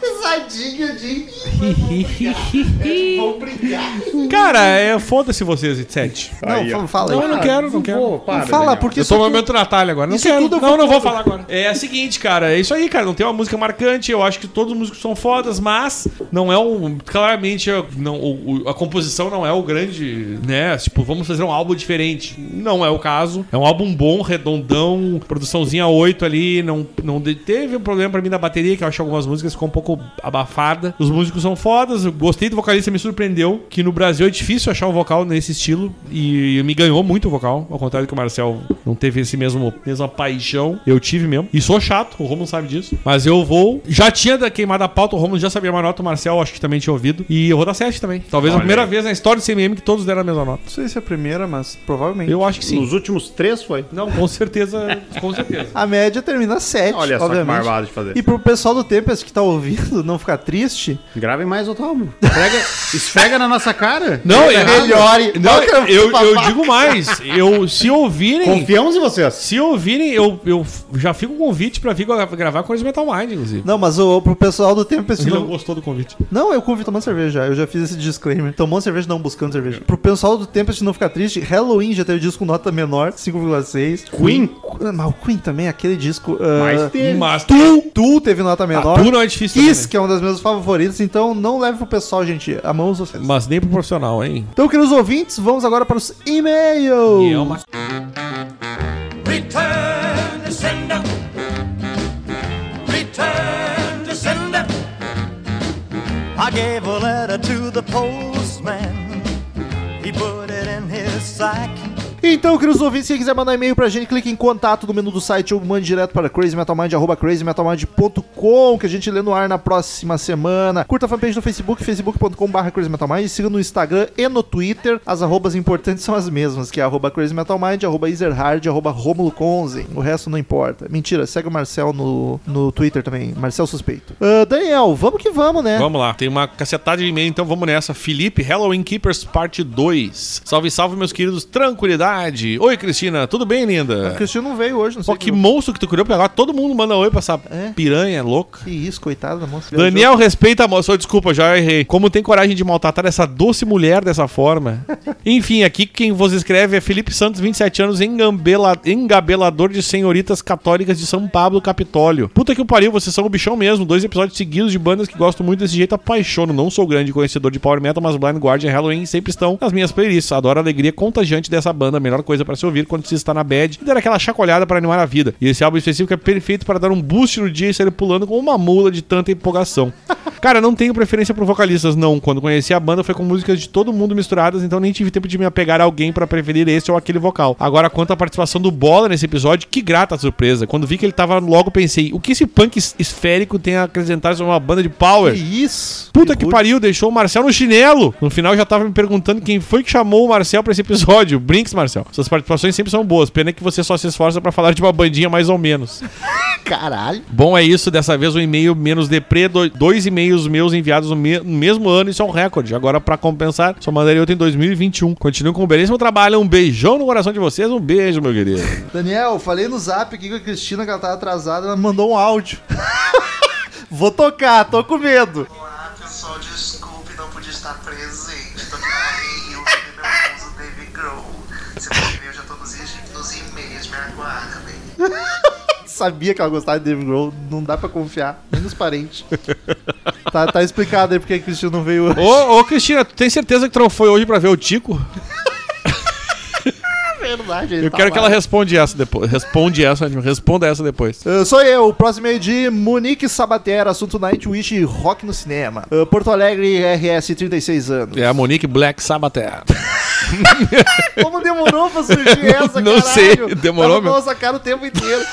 A: Pesadinho de... Vou brigar.
B: Cara, é foda-se vocês, etc.
C: Aí,
A: Não,
C: ó.
A: fa- fala aí.
B: Não, eu não quero, não quero.
C: vou, para,
A: fala,
C: Daniel.
A: porque
B: eu
A: isso
B: tô no
A: aqui- é um
B: momento Natália agora. Não
A: isso
B: quero.
A: tudo eu
B: não,
A: vou-
B: não vou falar agora. É o seguinte, cara. É isso aí, cara. Não tem uma música marcante. Eu acho que todos os músicos são fodas, mas não é um. Claramente, é- não, o- o- a composição não é o grande. Né? Tipo, vamos fazer um álbum diferente. Não é o caso. É um álbum bom, redondão, produçãozinha 8 ali. Não, não de- teve um problema pra mim da bateria, que eu acho que algumas músicas ficou um pouco abafada. Os músicos são fodas. Eu gostei do vocalista, me surpreendeu. Que no Brasil é difícil achar um vocal nesse estilo. E me ganhou muito o vocal. Ao contrário que o Marcel não teve esse mesmo mesma paixão. Eu tive mesmo. E sou chato, o Romulo sabe disso. Mas eu vou. Já tinha da- queimado a pauta, o Romulo já sabia a minha nota, o Marcel acho que também tinha ouvido. E eu vou dar 7 também. Talvez a
C: Olha
B: primeira
C: aí.
B: vez na história do CMM que todos deram a mesma nota.
A: Não sei se é a primeira, mas provavelmente.
B: Eu acho que sim.
C: Nos últimos três foi.
B: Não, com certeza. com certeza.
A: A média termina 7,
C: Olha só que
A: obviamente.
C: barbado de fazer.
A: e pro pessoal do Tempest que tá ouvindo não ficar triste,
C: Gravem mais outro álbum. Esfrega, esfrega na nossa cara.
B: Não,
A: Tá
B: eu,
A: melhore.
B: Não,
A: Bota
B: eu, eu
A: babaca.
B: digo mais. Eu, se ouvirem.
C: Confiamos em vocês.
B: Se ouvirem, eu, eu f- já fico um convite pra vir gra- gravar com eles Metal Mind, inclusive.
A: Não, mas o, pro pessoal do tempo
B: Ele não
A: não...
B: gostou do convite.
A: não, eu convido tomando cerveja já. Eu já fiz esse disclaimer. Tomando cerveja, não buscando
B: É.
A: cerveja. Pro pessoal do tempo não ficar triste, Halloween já teve disco com nota menor, 5,6.
C: Queen?
A: Qu- Mas o Queen também, é aquele disco.
C: Mas
A: ah,
C: teve.
B: Mas
A: Tu, tu teve nota menor.
B: Ah, Tu não é difícil.
A: Kiss,
B: também.
A: que é uma das minhas favoritas, então não leve pro pessoal, gente. Amamos vocês.
B: Mas nem pro profissional, hein?
A: Então, queridos ouvintes, vamos agora para os e-mails.
B: E é uma-
E: Return to sender. Return to sender. I gave a letter to the postman. He put it in his sack.
A: Então, queridos ouvintes, quem quiser mandar e-mail pra gente, clique em contato no menu do site ou mande direto para crazymetalmind, arroba crazymetalmind.com, que a gente lê no ar na próxima semana. Curta a fanpage no Facebook, facebook.com barra crazymetalmind, e siga no Instagram e no Twitter. As arrobas importantes são as mesmas, que é arroba crazymetalmind, arroba ezerhard, arroba romuloconzen. O resto não importa. Mentira, segue o Marcel no, no Twitter também, Marcel Suspeito. Ah, Daniel, vamos que vamos, né?
B: Vamos lá, tem uma cacetada de e-mail, então vamos nessa. Felipe, Halloween Keepers, parte 2. Salve, salve, meus queridos, tranquilidade. Oi, Cristina, tudo bem,
A: O
B: linda?
A: Cristiano não veio hoje, não sei
B: Pô, que monstro que tu criou pra lá. Todo mundo manda oi pra essa
A: É.
B: piranha louca.
A: que isso, coitado da moça.
B: Daniel respeita a moça. Oh, Desculpa, já errei. Como tem coragem de maltratar essa doce mulher dessa forma? Enfim, aqui quem vos escreve é Felipe Santos, 27 anos, engambela- engabelador de senhoritas católicas de São Pablo, Capitólio. Puta que o pariu, vocês são o bichão mesmo. Dois episódios seguidos de bandas que gosto muito desse jeito, apaixono. Não sou grande conhecedor de Power Metal, mas Blind Guardian e Halloween sempre estão nas minhas playlists. Adoro a alegria contagiante dessa banda. A melhor coisa pra se ouvir quando se está na bad e dar aquela chacoalhada pra animar a vida. E esse álbum específico é perfeito para dar um boost no dia e sair pulando com uma mula de tanta empolgação. Cara, não tenho preferência por vocalistas, não. Quando conheci a banda foi com músicas de todo mundo misturadas, então nem tive tempo de me apegar a alguém pra preferir esse ou aquele vocal. Agora, quanto à participação do Bola nesse episódio, que grata surpresa. Quando vi que ele tava logo, pensei, o que esse punk es- esférico tem a acrescentar sobre uma banda de
A: Que
B: power?
A: isso?
B: Puta que
A: rude.
B: pariu, deixou o Marcel no chinelo. No final já tava me perguntando quem foi que chamou o Marcel pra esse episódio. Brinks, Marcel. Suas participações sempre são boas. Pena que você só se esforça pra falar de uma bandinha mais ou menos.
A: Caralho.
B: Bom, é isso. Dessa vez um e-mail menos deprê. do- Dois e-mails meus enviados no, me- no mesmo ano. Isso é um recorde. Agora, pra compensar, só mandaria outro em 2021. Continuem um. com o belíssimo trabalho. Um beijão no coração de vocês. Um beijo, meu querido.
A: Daniel, falei no zap aqui com a Cristina que ela tava atrasada, ela mandou um áudio. Vou tocar, tô com medo.
F: Olá pessoal, desculpe, não podia estar presente. Tô aqui na Rio, é meu famoso David Grohl. Semana que vem eu já tô nos, e- nos e-mails, me aguardem.
A: Sabia que ela gostava de David Grohl, não dá pra confiar, nem nos parentes. tá, tá explicado aí porque a Cristina não veio hoje.
B: ô, ô, Cristina, tu tem certeza que tu não foi hoje pra ver o Tico?
A: Verdade, ele
B: Eu
A: tá
B: quero que
A: lá.
B: ela responda essa depois. Responde essa, responda essa depois.
A: Ah, sou eu, o próximo é de Monique Sabatera, assunto Nightwish e rock no cinema. Ah, Porto Alegre, RS, 36 anos.
B: É a Monique Black Sabater.
A: Como demorou pra surgir essa,
B: Não
A: caralho?
B: sei, demorou
A: Tava com
B: mesmo. Tá
A: nossa cara o tempo inteiro.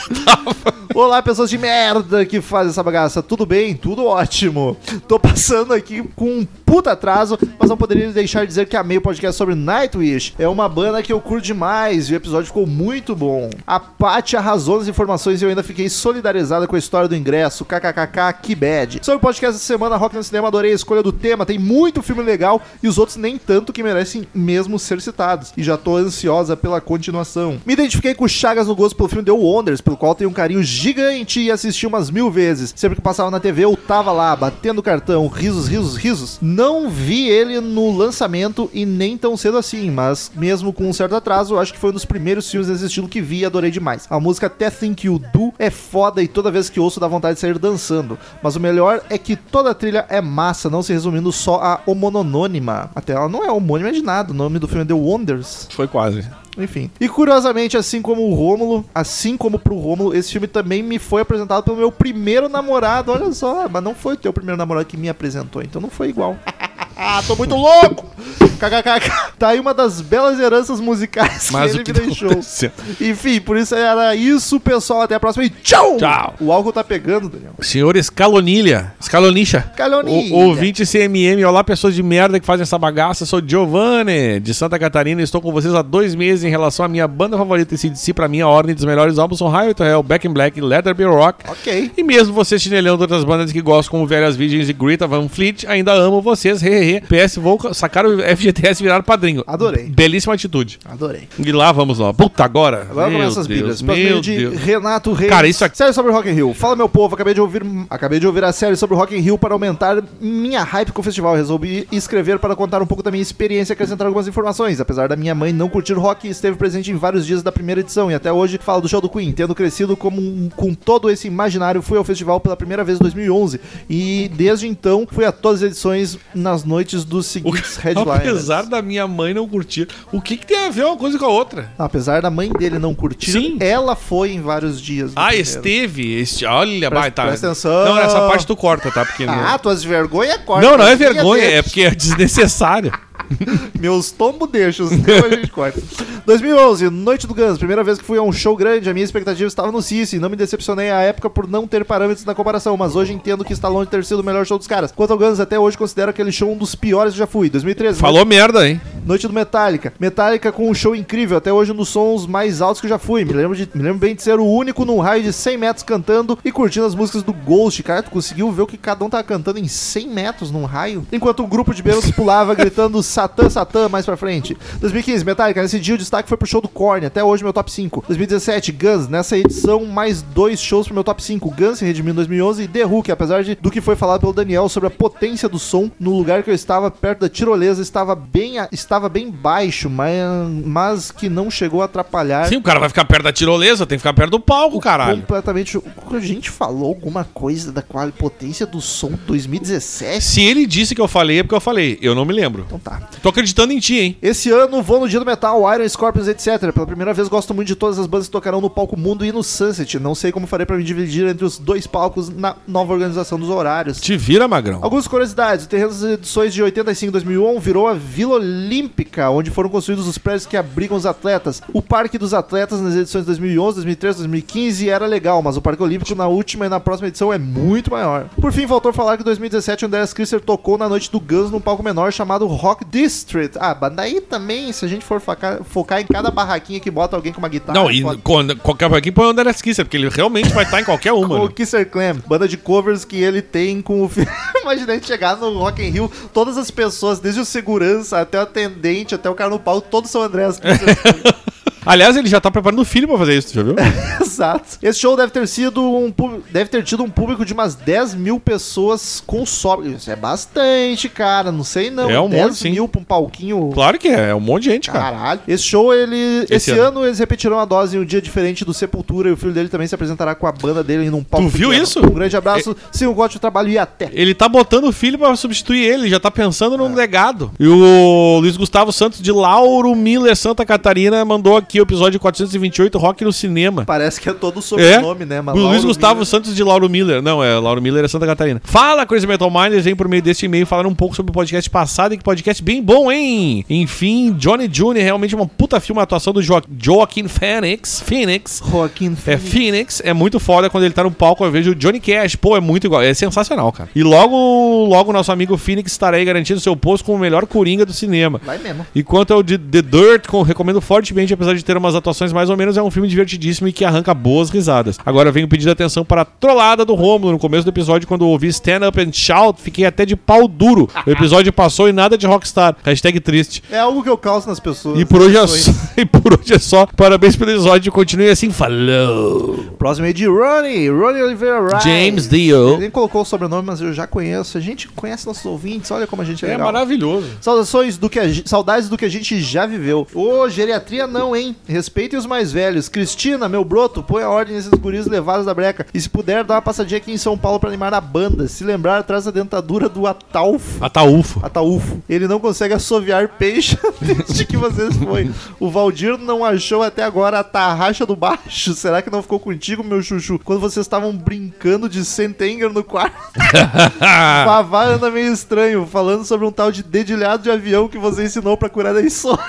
A: Olá, pessoas de merda que fazem essa bagaça. Tudo bem? Tudo ótimo. Tô passando aqui com um puta atraso, mas não poderia deixar de dizer que amei o podcast sobre Nightwish. É uma banda que eu curto demais e o episódio ficou muito bom. A Paty arrasou nas informações e eu ainda fiquei solidarizada com a história do ingresso. KKKK, que bad. Sobre o podcast dessa semana, Rock no Cinema, adorei a escolha do tema. Tem muito filme legal e os outros nem tanto que merecem mesmo ser citados. E já tô ansiosa pela continuação. Me identifiquei com o Chagas no gosto pelo filme The Wonders, pelo qual tenho um carinho gigante e assisti umas mil vezes. Sempre que passava na TV, eu tava lá, batendo cartão, risos, risos, risos. Não vi ele no lançamento e nem tão cedo assim, mas mesmo com um certo atraso, eu acho que foi um dos primeiros filmes desse estilo que vi e adorei demais. A música até Think You Do é foda e toda vez que ouço dá vontade de sair dançando. Mas o melhor é que toda a trilha é massa, não se resumindo só a homononônima. Até ela não é homônima de nada, o nome do filme é The Wonders.
B: Foi quase.
A: Enfim. E curiosamente, assim como o Rômulo, assim como pro Rômulo, esse filme também me foi apresentado pelo meu primeiro namorado. Olha só, mas não foi o teu primeiro namorado que me apresentou, então não foi igual. Ah, tô muito louco! KKKK. Tá aí uma das belas heranças musicais que
B: Mas
A: ele
B: o que
A: me
B: tá
A: deixou.
B: acontecendo?
A: Enfim, por isso era isso, pessoal. Até a próxima e tchau!
B: Tchau.
A: O álcool tá pegando, Daniel.
B: Senhor Escalonilha. Escalonicha.
A: Escalonilha.
B: O, ouvinte CMM. Olá, pessoas de merda que fazem essa bagaça. Sou Giovanni, de Santa Catarina. Estou com vocês há dois meses em relação à minha banda favorita. E se si, pra mim, a ordem dos melhores álbuns são Highway to Hell, Back in Black, Leatherby Rock.
A: Ok.
B: E mesmo vocês chinelhando outras bandas que gostam, como Velhas Virgens e Greta Van Fleet, ainda amo vocês. Hehehe. PS, vou sacar o FGTS e virar padrinho.
A: Adorei.
B: Belíssima atitude.
A: Adorei.
B: E lá vamos lá. Puta, agora.
A: Agora
B: Meu
A: começa as
B: Deus,
A: bíblias.
B: Meu
A: Próximo de
B: Deus.
A: Renato Reis.
B: Cara, isso aqui-
A: Série sobre Rock in Rio. Fala, meu povo, acabei de ouvir acabei de ouvir a série sobre Rock in Rio para aumentar minha hype com o festival. Resolvi escrever para contar um pouco da minha experiência e acrescentar algumas informações. Apesar da minha mãe não curtir rock, esteve presente em vários dias da primeira edição e até hoje fala do show do Queen. Tendo crescido como um- com todo esse imaginário, fui ao festival pela primeira vez em 2011 e desde então fui a todas as edições nas noites dos
B: O-
A: seguintes headliners.
B: Apesar da minha mãe não curtir, o que, que tem a ver uma coisa com a outra?
A: Apesar da mãe dele não curtir,
B: Sim.
A: ela foi em vários dias. do
B: Ah,
A: primeiro.
B: esteve. Este, olha, vai, tá.
A: presta atenção.
B: Não, nessa parte tu corta, tá? Porque
A: Ah, tuas vergonha corta.
B: não, não é
A: Minha
B: vergonha,
A: deixa.
B: é porque é desnecessário.
A: Meus tombos deixam, depois a gente corta. 2011, Noite do Guns. Primeira vez que fui a um show grande, a minha expectativa estava no Cici. Não me decepcionei à época por não ter parâmetros na comparação, mas hoje entendo que está longe de ter sido o melhor show dos caras. Quanto ao Guns, até hoje considero aquele show um dos piores que já fui. 2013,
B: Falou merda, hein?
A: Noite do Metallica. Metallica com um show incrível, até hoje um dos sons mais altos que eu já fui. Me lembro, de- me lembro bem de ser o único num raio de 100 metros cantando e curtindo as músicas do Ghost. Cara, tu conseguiu ver o que cada um tava cantando em 100 metros num raio? Enquanto um grupo de bêbados pulava gritando Satã, Satã mais pra frente. 2015, Metallica. Nesse dia o destaque foi pro show do Korn, até hoje meu top 5. 2017, Guns. Nessa edição, mais dois shows pro meu top 5. Guns se redimiu em 2011 e The Hulk, apesar de, do que foi falado pelo Daniel sobre a potência do som, no lugar que eu estava, perto da tirolesa, estava bem, a- estava bem baixo, mas, mas que não chegou a atrapalhar
B: Sim, o cara vai ficar perto da tirolesa, tem que ficar perto do palco, caralho.
A: completamente. A gente falou alguma coisa da qual potência do som 2017?
B: Se ele disse que eu falei, é porque eu falei. Eu não me lembro.
A: Então tá.
B: Tô acreditando em ti, hein?
A: Esse ano vou no Dia do Metal, Iron, Scorpions, etc. Pela primeira vez gosto muito de todas as bandas que tocarão no palco Mundo e no Sunset. Não sei como farei pra me dividir entre os dois palcos na nova organização dos horários.
B: Te vira, magrão.
A: Algumas curiosidades. O terreno das edições de 85 e 2001 virou a Vila Olímpica, onde foram construídos os prédios que abrigam os atletas. O Parque dos Atletas nas edições de 2011, 2013, 2015 era legal, mas o Parque Olímpico na última e na próxima edição é muito maior. Por fim, faltou falar que em 2017 o Andreas Kisser tocou na noite do Guns num palco menor chamado Rock District. Ah, mas daí também, se a gente for focar, focar em cada barraquinha que bota alguém com uma guitarra...
B: não, e
A: foda.
B: quando, qualquer aqui põe o André Kisser, porque ele realmente vai estar em qualquer uma.
A: Com o
B: né?
A: Kisser Clam, banda de covers que ele tem com o filho. Imagina a gente chegar no Rock in Rio, todas as pessoas, desde o segurança até o atendente, até o cara no palco, todos são Andrés Kisser Clam.
B: Aliás, ele já tá preparando o filho pra fazer isso, tu já viu?
A: Exato. Esse show deve ter sido um pub- deve ter tido um público de umas 10 mil pessoas com sobra. Isso é bastante, cara. Não sei não.
B: É um
A: 10
B: monte, sim.
A: mil pra um palquinho.
B: claro que é, é um monte de gente, cara.
A: Caralho. Esse show, ele. Esse,
B: Esse
A: ano. eles repetiram a dose em um dia diferente do Sepultura e o filho dele também se apresentará com a banda dele em um palco.
B: viu
A: pequeno.
B: isso?
A: Um grande abraço, sim, eu gosto do trabalho e até.
B: Ele tá botando o filho pra substituir ele, já tá pensando num legado. E o Luiz Gustavo Santos de Lauro Miller, Santa Catarina, mandou aqui o episódio 428 Rock no Cinema.
A: Parece que é todo o sobrenome, né? Mas
B: Luiz
A: Lauro
B: Gustavo
A: Miller-
B: Santos de Lauro Miller. Não, é Lauro Miller é Santa Catarina. Fala, Crazy Metal Miners, vem por meio deste e-mail falar um pouco sobre o podcast passado e que podcast bem bom, hein? Enfim, Johnny Jr. é realmente uma puta filme, a atuação do jo Joaquim Phoenix. Phoenix.
A: Joaquim
B: É Phoenix, é muito foda quando ele tá no palco, eu vejo o Johnny Cash, pô, é muito igual, é sensacional, cara. E logo, logo nosso amigo Phoenix estará aí garantindo seu posto como o melhor coringa do cinema.
A: Vai mesmo.
B: E quanto ao de The Dirt, com- recomendo fortemente, apesar de ter umas atuações mais ou menos, é um filme divertidíssimo e que arranca boas risadas. Agora venho pedir atenção para a trollada do Rômulo no começo do episódio, quando ouvi Stand Up and Shout, fiquei até de pau duro. O episódio passou e nada de rockstar. Hashtag triste.
A: É algo que eu causo nas pessoas.
B: E por, hoje é
A: Ações.
B: só, e por hoje é só. Parabéns pelo episódio. Continue assim. Falou.
A: Próximo é de Ronnie, Ronnie Oliveira Rice.
B: James Dio.
A: Ele nem colocou o sobrenome, mas eu já conheço. A gente conhece nossos ouvintes, olha como a gente é, legal.
B: maravilhoso.
A: Saudações do que a ge- saudades do que a gente já viveu. Ô, geriatria não, hein? Respeitem os mais velhos. Cristina, meu broto, põe a ordem nesses guris levados da breca. E se puder, dá uma passadinha aqui em São Paulo pra animar a banda. Se lembrar, traz a dentadura do Ataulfo.
B: Ataúfo.
A: Ataúfo. Ele não consegue assoviar peixe desde que vocês foi. O Valdir não achou até agora a tarraxa do baixo. Será que não ficou contigo, meu chuchu? Quando vocês estavam brincando de Sentenger no quarto.
B: Ah,
A: Vavá anda meio estranho, falando sobre um tal de dedilhado de avião que você ensinou pra curar da insônia.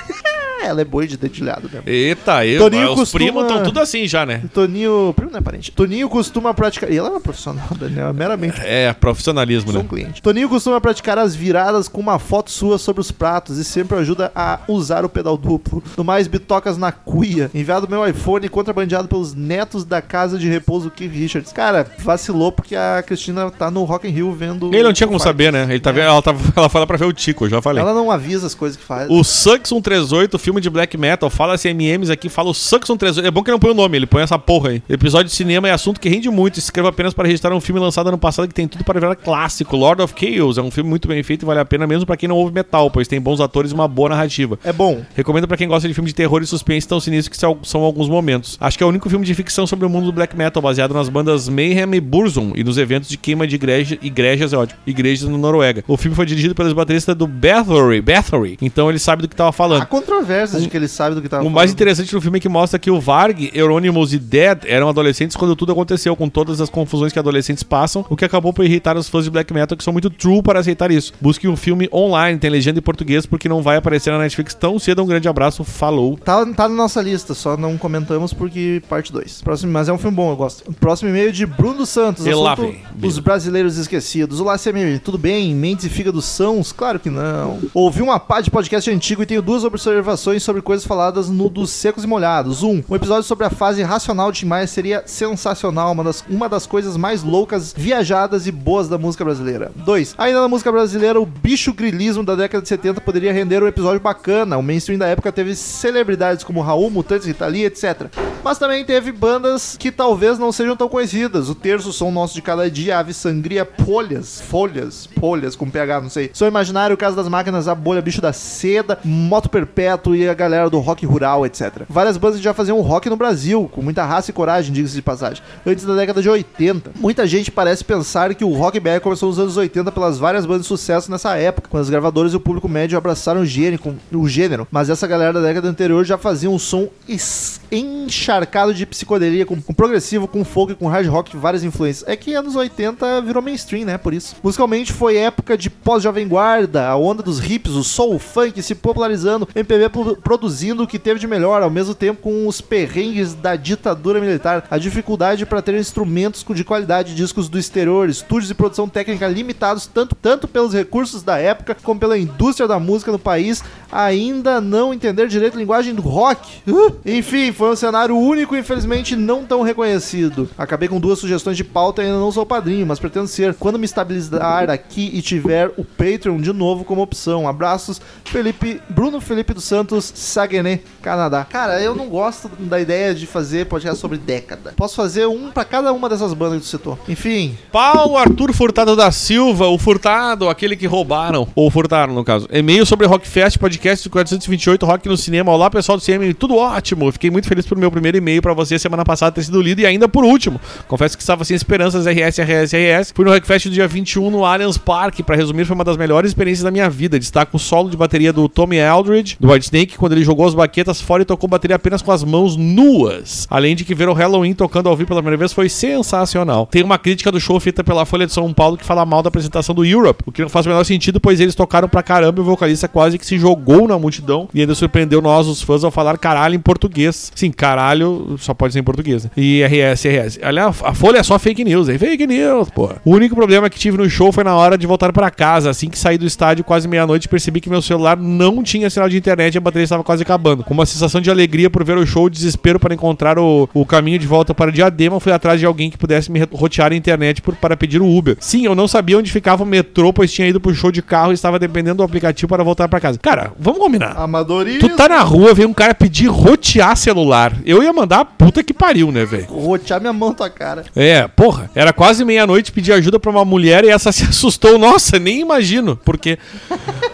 A: Ela é boi de dedilhado mesmo.
B: Eita, eu, ah,
A: Toninho
B: os
A: costuma-
B: primos estão tudo assim já, né?
A: Toninho. Primo não é parente. Toninho costuma praticar. E ela é uma profissional, Daniel. Meramente
B: É, profissionalismo,
A: Sou um
B: né?
A: cliente. Toninho costuma praticar as viradas com uma foto sua sobre os pratos e sempre ajuda a usar o pedal duplo. No mais, bitocas na cuia. Enviado meu iPhone e contrabandeado pelos netos da casa de repouso Keith Richards. Cara, vacilou porque a Cristina tá no Rock in Rio vendo...
B: Ele não tinha como
A: Fire.
B: saber, né? Ele tá vendo, ela, tava, ela foi lá pra ver o Tico, eu já
A: É.
B: falei.
A: Ela não avisa as coisas que faz.
B: O Sucks 138, filme de black metal, fala CMMs aqui, fala o Sucks 138. É bom que ele não põe o nome, ele põe essa porra aí. Episódio de cinema é assunto que rende muito. Escreva apenas para registrar um filme lançado ano passado que tem tudo para virar clássico. Lord of Chaos é um filme muito bem feito e vale a pena mesmo pra quem não ouve metal, pois tem bons atores e uma boa narrativa.
A: É bom.
B: Recomendo pra quem gosta de filme de terror e suspense tão sinistro que são são alguns momentos. Acho que é o único filme de ficção sobre o mundo do black metal baseado nas bandas Mayhem e Burzum e nos eventos de queima de igreja, igrejas, é ótimo, igrejas na Noruega. O filme foi dirigido pelos bateristas do Bathory, Bathory, então ele sabe do que tava falando.
A: Há controvérsias de que ele sabe do que tava
B: O mais
A: falando.
B: interessante do filme é que mostra que o Varg, Euronymous e Dead eram adolescentes quando tudo aconteceu, com todas as confusões que adolescentes passam, o que acabou por irritar os fãs de black metal que são muito true para aceitar isso. Busque o filme online, tem legenda em português, porque não vai aparecer na Netflix tão cedo. Um grande abraço, falou.
A: Tá, tá na nossa lista, só não comentamos porque parte 2. Próximo, mas é um filme bom, eu gosto. Próximo e-mail de Bruno dos Santos.
B: E lá
A: assunto,
B: vem,
A: Os brasileiros esquecidos. Olá, CMM, tudo bem? Mentes e fígados sãos? Claro que não. Ouvi uma pá de podcast antigo e tenho duas observações sobre coisas faladas no dos secos e molhados. Um, um episódio sobre a fase racional de Maia seria sensacional, uma das, uma das coisas mais loucas, viajadas e boas da música brasileira. Dois, ainda na música brasileira, o bicho grilismo da década de 70 poderia render um episódio bacana. O mainstream da época teve celebridades como Raul, Mutantes, Rita Lee, etc. Mas também teve bandas que talvez não sejam tão conhecidas. O Terço Som Nosso de Cada Dia, Ave Sangria, Polhas, Folhas, Polhas com PH, não sei. Sou Imaginário, Casa das Máquinas, A Bolha, Bicho da Seda, Moto Perpétuo e a galera do rock rural, etc. Várias bandas que já faziam rock no Brasil, com muita raça e coragem, diga-se de passagem, antes da década de 80. Muita gente parece pensar que o rock BR começou nos anos 80 pelas várias bandas de sucesso nessa época, quando os gravadores e o público médio abraçaram o gênero, o gênero. mas essa galera da década anterior já fazia um som es- encharcado de psicodelia, com, com progressivo, com folk, com hard rock, várias influências. É que anos 80 virou mainstream, né? Por isso. Musicalmente foi época de pós-jovem guarda, a onda dos hips, o soul, o funk se popularizando, MPB pro- produzindo o que teve de melhor, ao mesmo tempo com os perrengues da ditadura militar, a dificuldade para ter instrumentos de qualidade, discos do exterior, estúdios e produção técnica limitados tanto, tanto pelos recursos da época como pela indústria da música no país, ainda não entender direito a linguagem do rock. Uh! Enfim, foi um cenário único e infelizmente não tão reconhecido. Acabei com duas sugestões de pauta e ainda não sou padrinho, mas pretendo ser quando me estabilizar aqui e tiver o Patreon de novo como opção. Abraços, Felipe, Bruno Felipe dos Santos, Saguenay, Canadá. Cara, eu não gosto da ideia de fazer podcast sobre década. Posso fazer um pra cada uma dessas bandas que tu citou. Enfim,
B: Paulo Arthur Furtado da Silva, o Furtado, aquele que roubaram, ou furtaram no caso. E-mail sobre Rockfest, podcast 428, Rock no Cinema. Olá pessoal do CM, tudo ótimo. Fiquei muito feliz pelo meu primeiro e-mail pra você semana passada ter sido lido e ainda por último. Confesso que estava sem esperanças, RS, RS, RS. Fui no Rockfest do dia 21 no Allianz Park, pra resumir, foi uma das melhores experiências da minha vida. Destaco o solo de bateria do Tommy Eldridge, do Whitesnake também que quando ele jogou as baquetas fora e tocou bateria apenas com as mãos nuas. Além de que ver o Halloween tocando ao vivo pela primeira vez foi sensacional. Tem uma crítica do show feita pela Folha de São Paulo que fala mal da apresentação do Europe, o que não faz o menor sentido, pois eles tocaram pra caramba e o vocalista quase que se jogou na multidão e ainda surpreendeu nós, os fãs, ao falar caralho em português. Sim, caralho só pode ser em português, né? E RS, RS. Aliás, a Folha é só fake news, é fake news, pô. O único problema que tive no show foi na hora de voltar pra casa. Assim que saí do estádio, quase meia-noite, percebi que meu celular não tinha sinal de internet e a bateria estava quase acabando. Com uma sensação de alegria por ver o show, desespero para encontrar o, o caminho de volta para Diadema, fui atrás de alguém que pudesse me rotear a internet por, para pedir o Uber. Sim, eu não sabia onde ficava o metrô, pois tinha ido pro show de carro e estava dependendo do aplicativo para voltar pra casa. Cara, vamos combinar.
A: Ah, Amadorismo.
B: Tu tá na rua, vem um cara pedir rotear celular. Eu ia mandar a puta que pariu, né, velho?
A: Rotear minha mão na tua cara.
B: É, porra. Era quase meia-noite pedir ajuda pra uma mulher e essa se assustou. Nossa, nem imagino. Porque.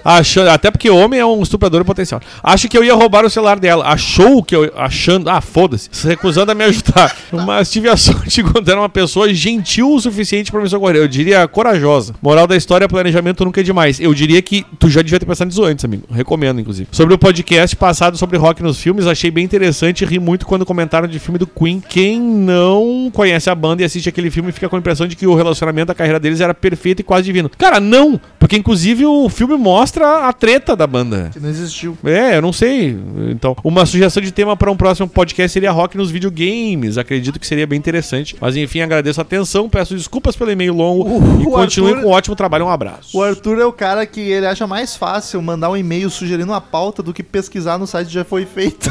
B: Achando, até porque homem é um estuprador potencial. Acho que eu ia roubar o celular dela. Achou que eu. Achando. Ah, foda-se. Se recusando a me ajudar. Mas tive a sorte de encontrar uma pessoa gentil o suficiente pra me socorrer. Eu diria corajosa. Moral da história: planejamento nunca é demais. Eu diria que tu já devia ter pensado nisso antes, amigo. Recomendo, inclusive. Sobre o podcast passado sobre rock nos filmes, achei bem interessante e ri muito quando comentaram de filme do Queen. Quem não conhece a banda e assiste aquele filme fica com a impressão de que o relacionamento da carreira deles era perfeito e quase divino. Cara, não! Porque inclusive o filme mostra a treta da banda.
A: Que não existiu.
B: É, eu não sei. Então, uma sugestão de tema para um próximo podcast seria rock nos videogames. Acredito que seria bem interessante. Mas enfim, agradeço a atenção, peço desculpas pelo e-mail longo
A: O-
B: e
A: o
B: continuem
A: Arthur-
B: com um ótimo trabalho. Um abraço.
A: O Arthur é o cara que ele acha mais fácil mandar um e-mail sugerindo uma pauta do que pesquisar no site que já foi feito.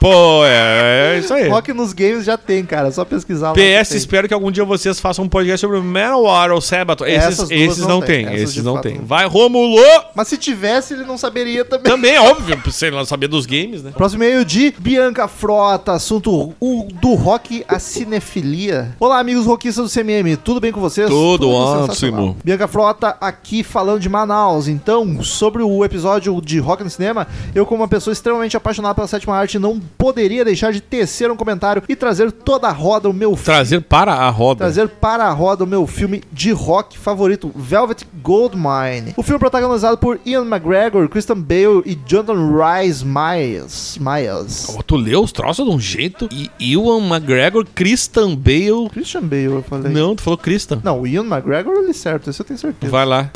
B: Pô, é, é isso aí.
A: Rock nos games já tem, cara. É Só pesquisar lá. que
B: PS,
A: tem.
B: espero que algum dia vocês façam um podcast sobre Manowar ou Sabaton. Esses,
A: Essas duas
B: esses não
A: não
B: tem,
A: tem, essas
B: esses
A: de
B: não
A: fato
B: tem.
A: não.
B: Vai, Romulo!
A: Mas se tivesse, ele não saberia também.
B: Também, é óbvio, pra você não saber dos games, né?
A: Próximo e-mail de Bianca Frota, assunto o, do rock a cinefilia. Olá, amigos roquistas do CMM, tudo bem com vocês?
B: Tudo ótimo.
A: sensacional. Bianca Frota aqui falando de Manaus. Então, sobre o episódio de rock no cinema, eu, como uma pessoa extremamente apaixonada pela sétima arte, não poderia deixar de tecer um comentário e trazer toda a roda o meu
B: Trazer para a roda.
A: trazer para a roda o meu filme de rock favorito, Velvet Goldmine. O filme protagonizado por Ian McGregor, Christian Bale e Jonathan Rhys Myers. Myers.
B: Ó, tu leu os troços de um jeito e Ewan McGregor, Christian Bale...
A: Christian Bale, eu falei.
B: Não, tu falou Christian.
A: Não, o Ian McGregor ele certo, isso eu tenho certeza.
B: Vai lá.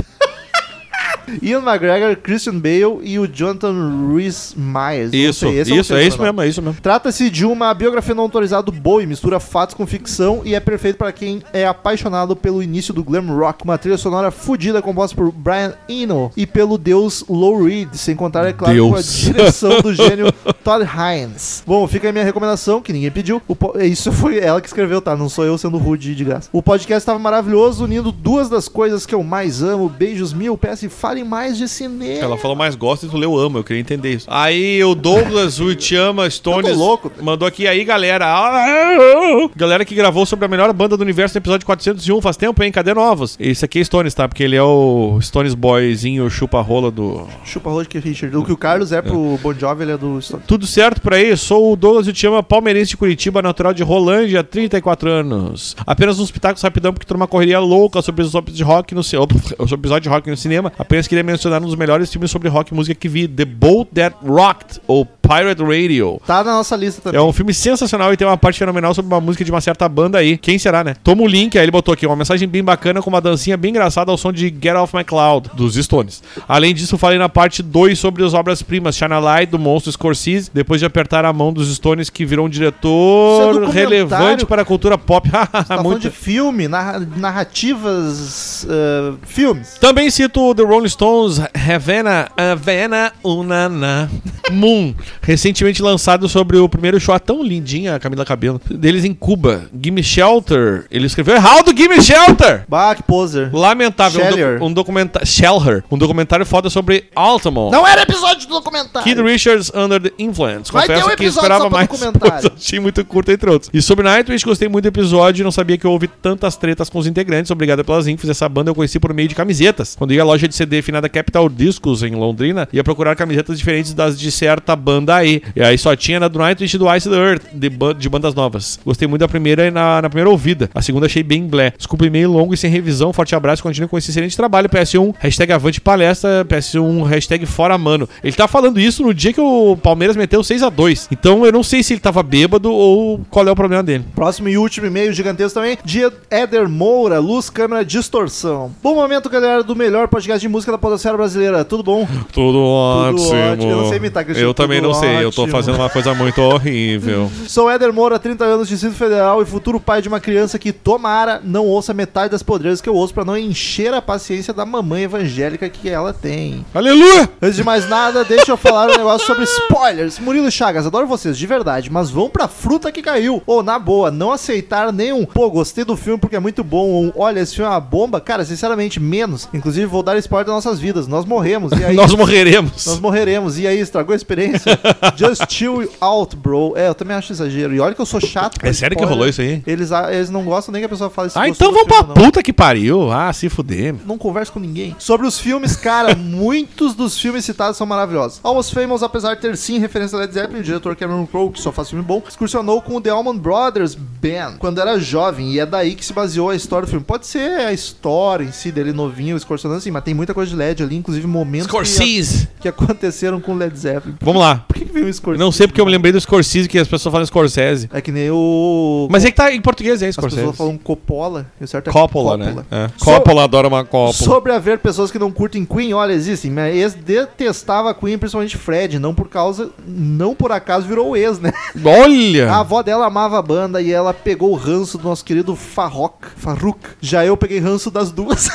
A: Ian McGregor, Christian Bale e o Jonathan Rhys Myers. Não
B: Isso,
A: sei, esse um eu não
B: isso,
A: sei
B: é
A: o
B: isso
A: pronome.
B: mesmo, é isso mesmo.
A: Trata-se de uma biografia não autorizada do Bowie, mistura fatos com ficção e é perfeito para quem é apaixonado pelo início do glam rock. Uma trilha sonora fodida composta por Brian Eno e pelo deus Lou Reed, sem contar, é claro, com a
B: Deus.
A: direção do gênio Todd Haynes. Bom, fica a minha recomendação, que ninguém pediu. O po- é, Isso foi ela que escreveu, tá? Não sou eu sendo rude de graça. O podcast estava maravilhoso, unindo duas das coisas que eu mais amo. Beijos mil, peço e falem mais de cinema.
B: Ela falou mais gosta e tu leu ama, eu queria entender isso. Aí o Douglas Uitama Stones
A: Eu tô louco.
B: mandou aqui, aí galera. Ah, Galera que gravou sobre a melhor banda do universo no episódio 401, faz tempo, hein? Cadê novos? Esse aqui é Stones, tá? Porque ele é o Stones Boyzinho chupa-rola do.
A: Chupa rola de que Richard. O que o Carlos é pro Bon Jovi, ele é do Stone.
B: Tudo certo por aí? Sou o Douglas Utiama, palmeirense de Curitiba, natural de Rolândia, 34 anos. Apenas uns pitacos rapidão, porque tô numa correria louca sobre os episódios de rock no cinema. Sobre o episódio de rock no cinema. Apenas queria mencionar um dos melhores filmes sobre rock e música que vi: The Boat That Rocked, ou Pirate Radio.
A: Tá na nossa lista também.
B: É um filme sensacional e tem uma parte fenomenal sobre uma música de uma certa banda aí. Quem será, né? Toma o link, aí ele botou aqui uma mensagem bem bacana com uma dancinha bem engraçada ao som de Get Off My Cloud, dos Stones. Além disso, falei na parte 2 sobre as obras-primas Shana Light, do monstro Scorsese, depois de apertar a mão dos Stones, que virou um
A: Isso é
B: diretor
A: documentário.
B: relevante para a cultura pop.
A: Tá falando
B: Muito...
A: de filme, narra- narrativas, ah, filmes.
B: Também cito The Rolling Stones Havana, Havana Unana Moon, recentemente lançado sobre o primeiro show, ah, tão lindinha a Camila Cabelo, deles em Cuba. Gimme Shelter, ele escreveu errado Gimme Shelter!
A: Bah, que poser.
B: Lamentável,
A: Sheller.
B: um, documentário. Sheller, um documentário foda sobre Altamont.
A: Não era episódio do documentário.
B: Kid Richards Under the Influence.
A: Vai ter
B: Confesso
A: um
B: que
A: episódio
B: esperava
A: só pra
B: mais,
A: documentário.
B: pois achei muito curto, entre outros. E sobre Nightwish, gostei muito do episódio e não sabia que houve tantas tretas com os integrantes. Obrigado pelas infos. Essa banda eu conheci por meio de camisetas. Quando ia à loja de CD finada Capital Discos, em Londrina, ia procurar camisetas diferentes das de certa banda tá aí. E aí só tinha na do Nightwish e do Ice the Earth, de, ban- de bandas novas. Gostei muito da primeira e na, na primeira ouvida. A segunda achei bem blé. Desculpa o e-mail longo e sem revisão. Forte abraço, continue com esse excelente trabalho. PS1, hashtag avante palestra, PS1, hashtag fora mano. Ele tá falando isso no dia que o Palmeiras meteu 6 a 2 Então eu não sei se ele tava bêbado ou qual é o problema dele.
A: Próximo e último e-mail gigantesco também, de Éder Moura, luz, câmera, distorção. Bom momento, galera, do melhor podcast de música da Podosfera Brasileira. Tudo bom?
B: Tudo
A: ótimo. ótimo. Eu não sei imitar, Cristiano. Eu também Tudo não sei, eu tô ótimo. fazendo
B: uma coisa muito horrível.
A: Sou Éder Moura, 30 anos, Distrito Federal e futuro pai de uma criança que, tomara, não ouça metade das podreiras que eu ouço pra não encher a paciência da mamãe evangélica que ela tem.
B: Aleluia!
A: Antes de mais nada, deixa eu falar um negócio sobre spoilers. Murilo e Chagas, adoro vocês de verdade, mas vão pra fruta que caiu. Ou, na boa, não aceitar nenhum, pô, gostei do filme porque é muito bom, ou olha, esse filme é uma bomba. Cara, sinceramente, menos. Inclusive, vou dar spoiler das nossas vidas. Nós morremos, e aí...
B: Nós morreremos.
A: É Nós morreremos. E aí, estragou a experiência? Just chill out, bro. É, eu também acho exagero. E olha que eu sou chato. pra
B: É sério que rolou isso aí?
A: Eles, a- eles não gostam nem que a pessoa fale se
B: Ah,
A: gostou
B: então
A: do
B: vamos pra
A: filme ou não.
B: puta que pariu. Ah, se fuder. meu.
A: Não converso com ninguém. Sobre os filmes, cara, muitos dos filmes citados são maravilhosos. Almost Famous, apesar de ter sim referência a Led Zeppelin, o diretor Cameron Crowe, que só faz filme bom, excursionou com o The Allman Brothers Band quando era jovem, e é daí que se baseou a história do filme. Pode ser a história em si dele novinho, excursionando assim, mas tem muita coisa de LED ali, inclusive momentos que,
B: Scorsese.
A: que aconteceram com o Led Zeppelin.
B: Vamos lá.
A: Por que, que veio o Scorsese?
B: Não sei porque eu me lembrei do Scorsese que as pessoas falam Scorsese.
A: É que nem o...
B: Mas é que tá em português é
A: As pessoas
B: Scorsese.
A: falam Coppola, e o certo é
B: Coppola, né? É.
A: So-
B: Coppola adora uma Coppola.
A: Sobre haver pessoas que não curtem Queen, olha, existem. Minha ex detestava Queen, principalmente Fred, não por causa. Não por acaso virou ex, né? A
B: Olha!
A: avó dela amava a banda e ela pegou o ranço do nosso querido Farrok. Farruk. Já eu peguei ranço das duas.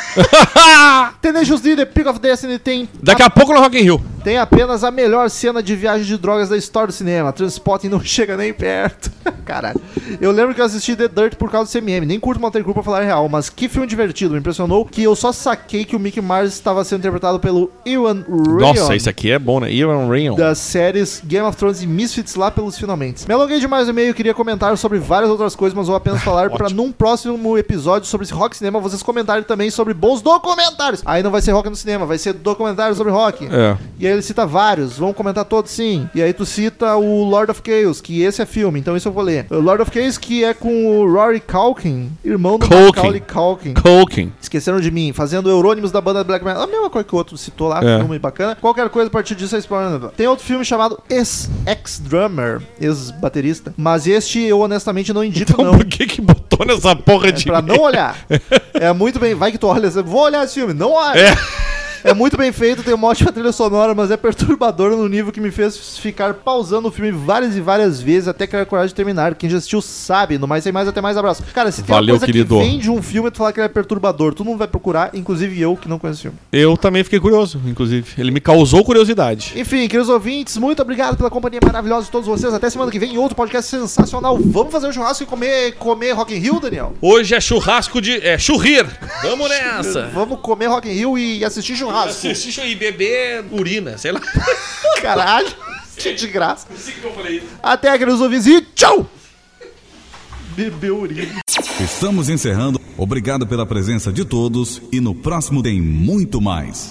A: Tenacious D, The Pick of Destiny tem.
B: Daqui a pouco no Rock in Rio.
A: Tem apenas a melhor cena de viagem de drogas da história do cinema. Transporte não chega nem perto. Caralho. Eu lembro que eu assisti The Dirt por causa do CMM. Nem curto Motley Crue pra falar a real, mas que filme divertido. Me impressionou que eu só saquei que o Mickey Mars estava sendo interpretado pelo Ewan Ryan.
B: Nossa, isso aqui é bom, né? Ivan Rayon.
A: Das séries Game of Thrones e Misfits lá pelos finalmente. Me alonguei demais no meio, queria comentar sobre várias outras coisas, mas vou apenas falar pra num próximo episódio sobre esse rock cinema vocês comentarem também sobre bons documentários. Aí não vai ser rock no cinema, vai ser documentário sobre rock.
B: É.
A: E aí ele cita vários, vamos comentar todos sim. E aí tu cita o Lord of Chaos, que esse é filme, então isso eu vou ler. O Lord of Chaos, que é com o Rory Culkin, irmão do
B: Culkin.
A: Macaulay Culkin.
B: Coking.
A: Esqueceram de mim, fazendo eurônimos da banda Black Metal. A mesma coisa que o outro citou lá,
B: É.
A: filme bacana. Qualquer coisa a partir disso é explorando. Tem outro filme chamado Ex- Ex-Drummer, ex-baterista. Mas este eu honestamente não indico,
B: Então
A: não.
B: por que que botou nessa porra
A: É
B: de...
A: pra não olhar. é muito bem. Vai que tu olha. você- Vou olhar esse filme. Não olha.
B: É.
A: É muito bem feito, tem uma ótima trilha sonora, mas é perturbador no nível que me fez ficar pausando o filme várias e várias vezes até criar coragem de terminar. Quem já assistiu sabe, no mais sem mais, até mais abraço. Cara, se tem
B: Valeu,
A: uma coisa
B: querido.
A: que vem de um filme, tu falar que ele é perturbador, tu não vai procurar, inclusive eu que não conheço o filme.
B: Eu também fiquei curioso, inclusive. Ele me causou curiosidade.
A: Enfim, queridos ouvintes, muito obrigado pela companhia maravilhosa de todos vocês. Até semana que vem, em outro podcast sensacional. Vamos fazer um churrasco e comer, comer Rock in Rio, Daniel?
B: Hoje é churrasco de... É churrir. Vamos nessa.
A: Vamos comer Rock in Rio e assistir churrasco.
B: Assiste e beber urina, sei lá.
A: Caralho, que de graça.
B: eu falei isso.
A: Até, queridos ouvintes, e tchau! Bebeu urina.
G: Estamos encerrando. Obrigado pela presença de todos e no próximo tem muito mais.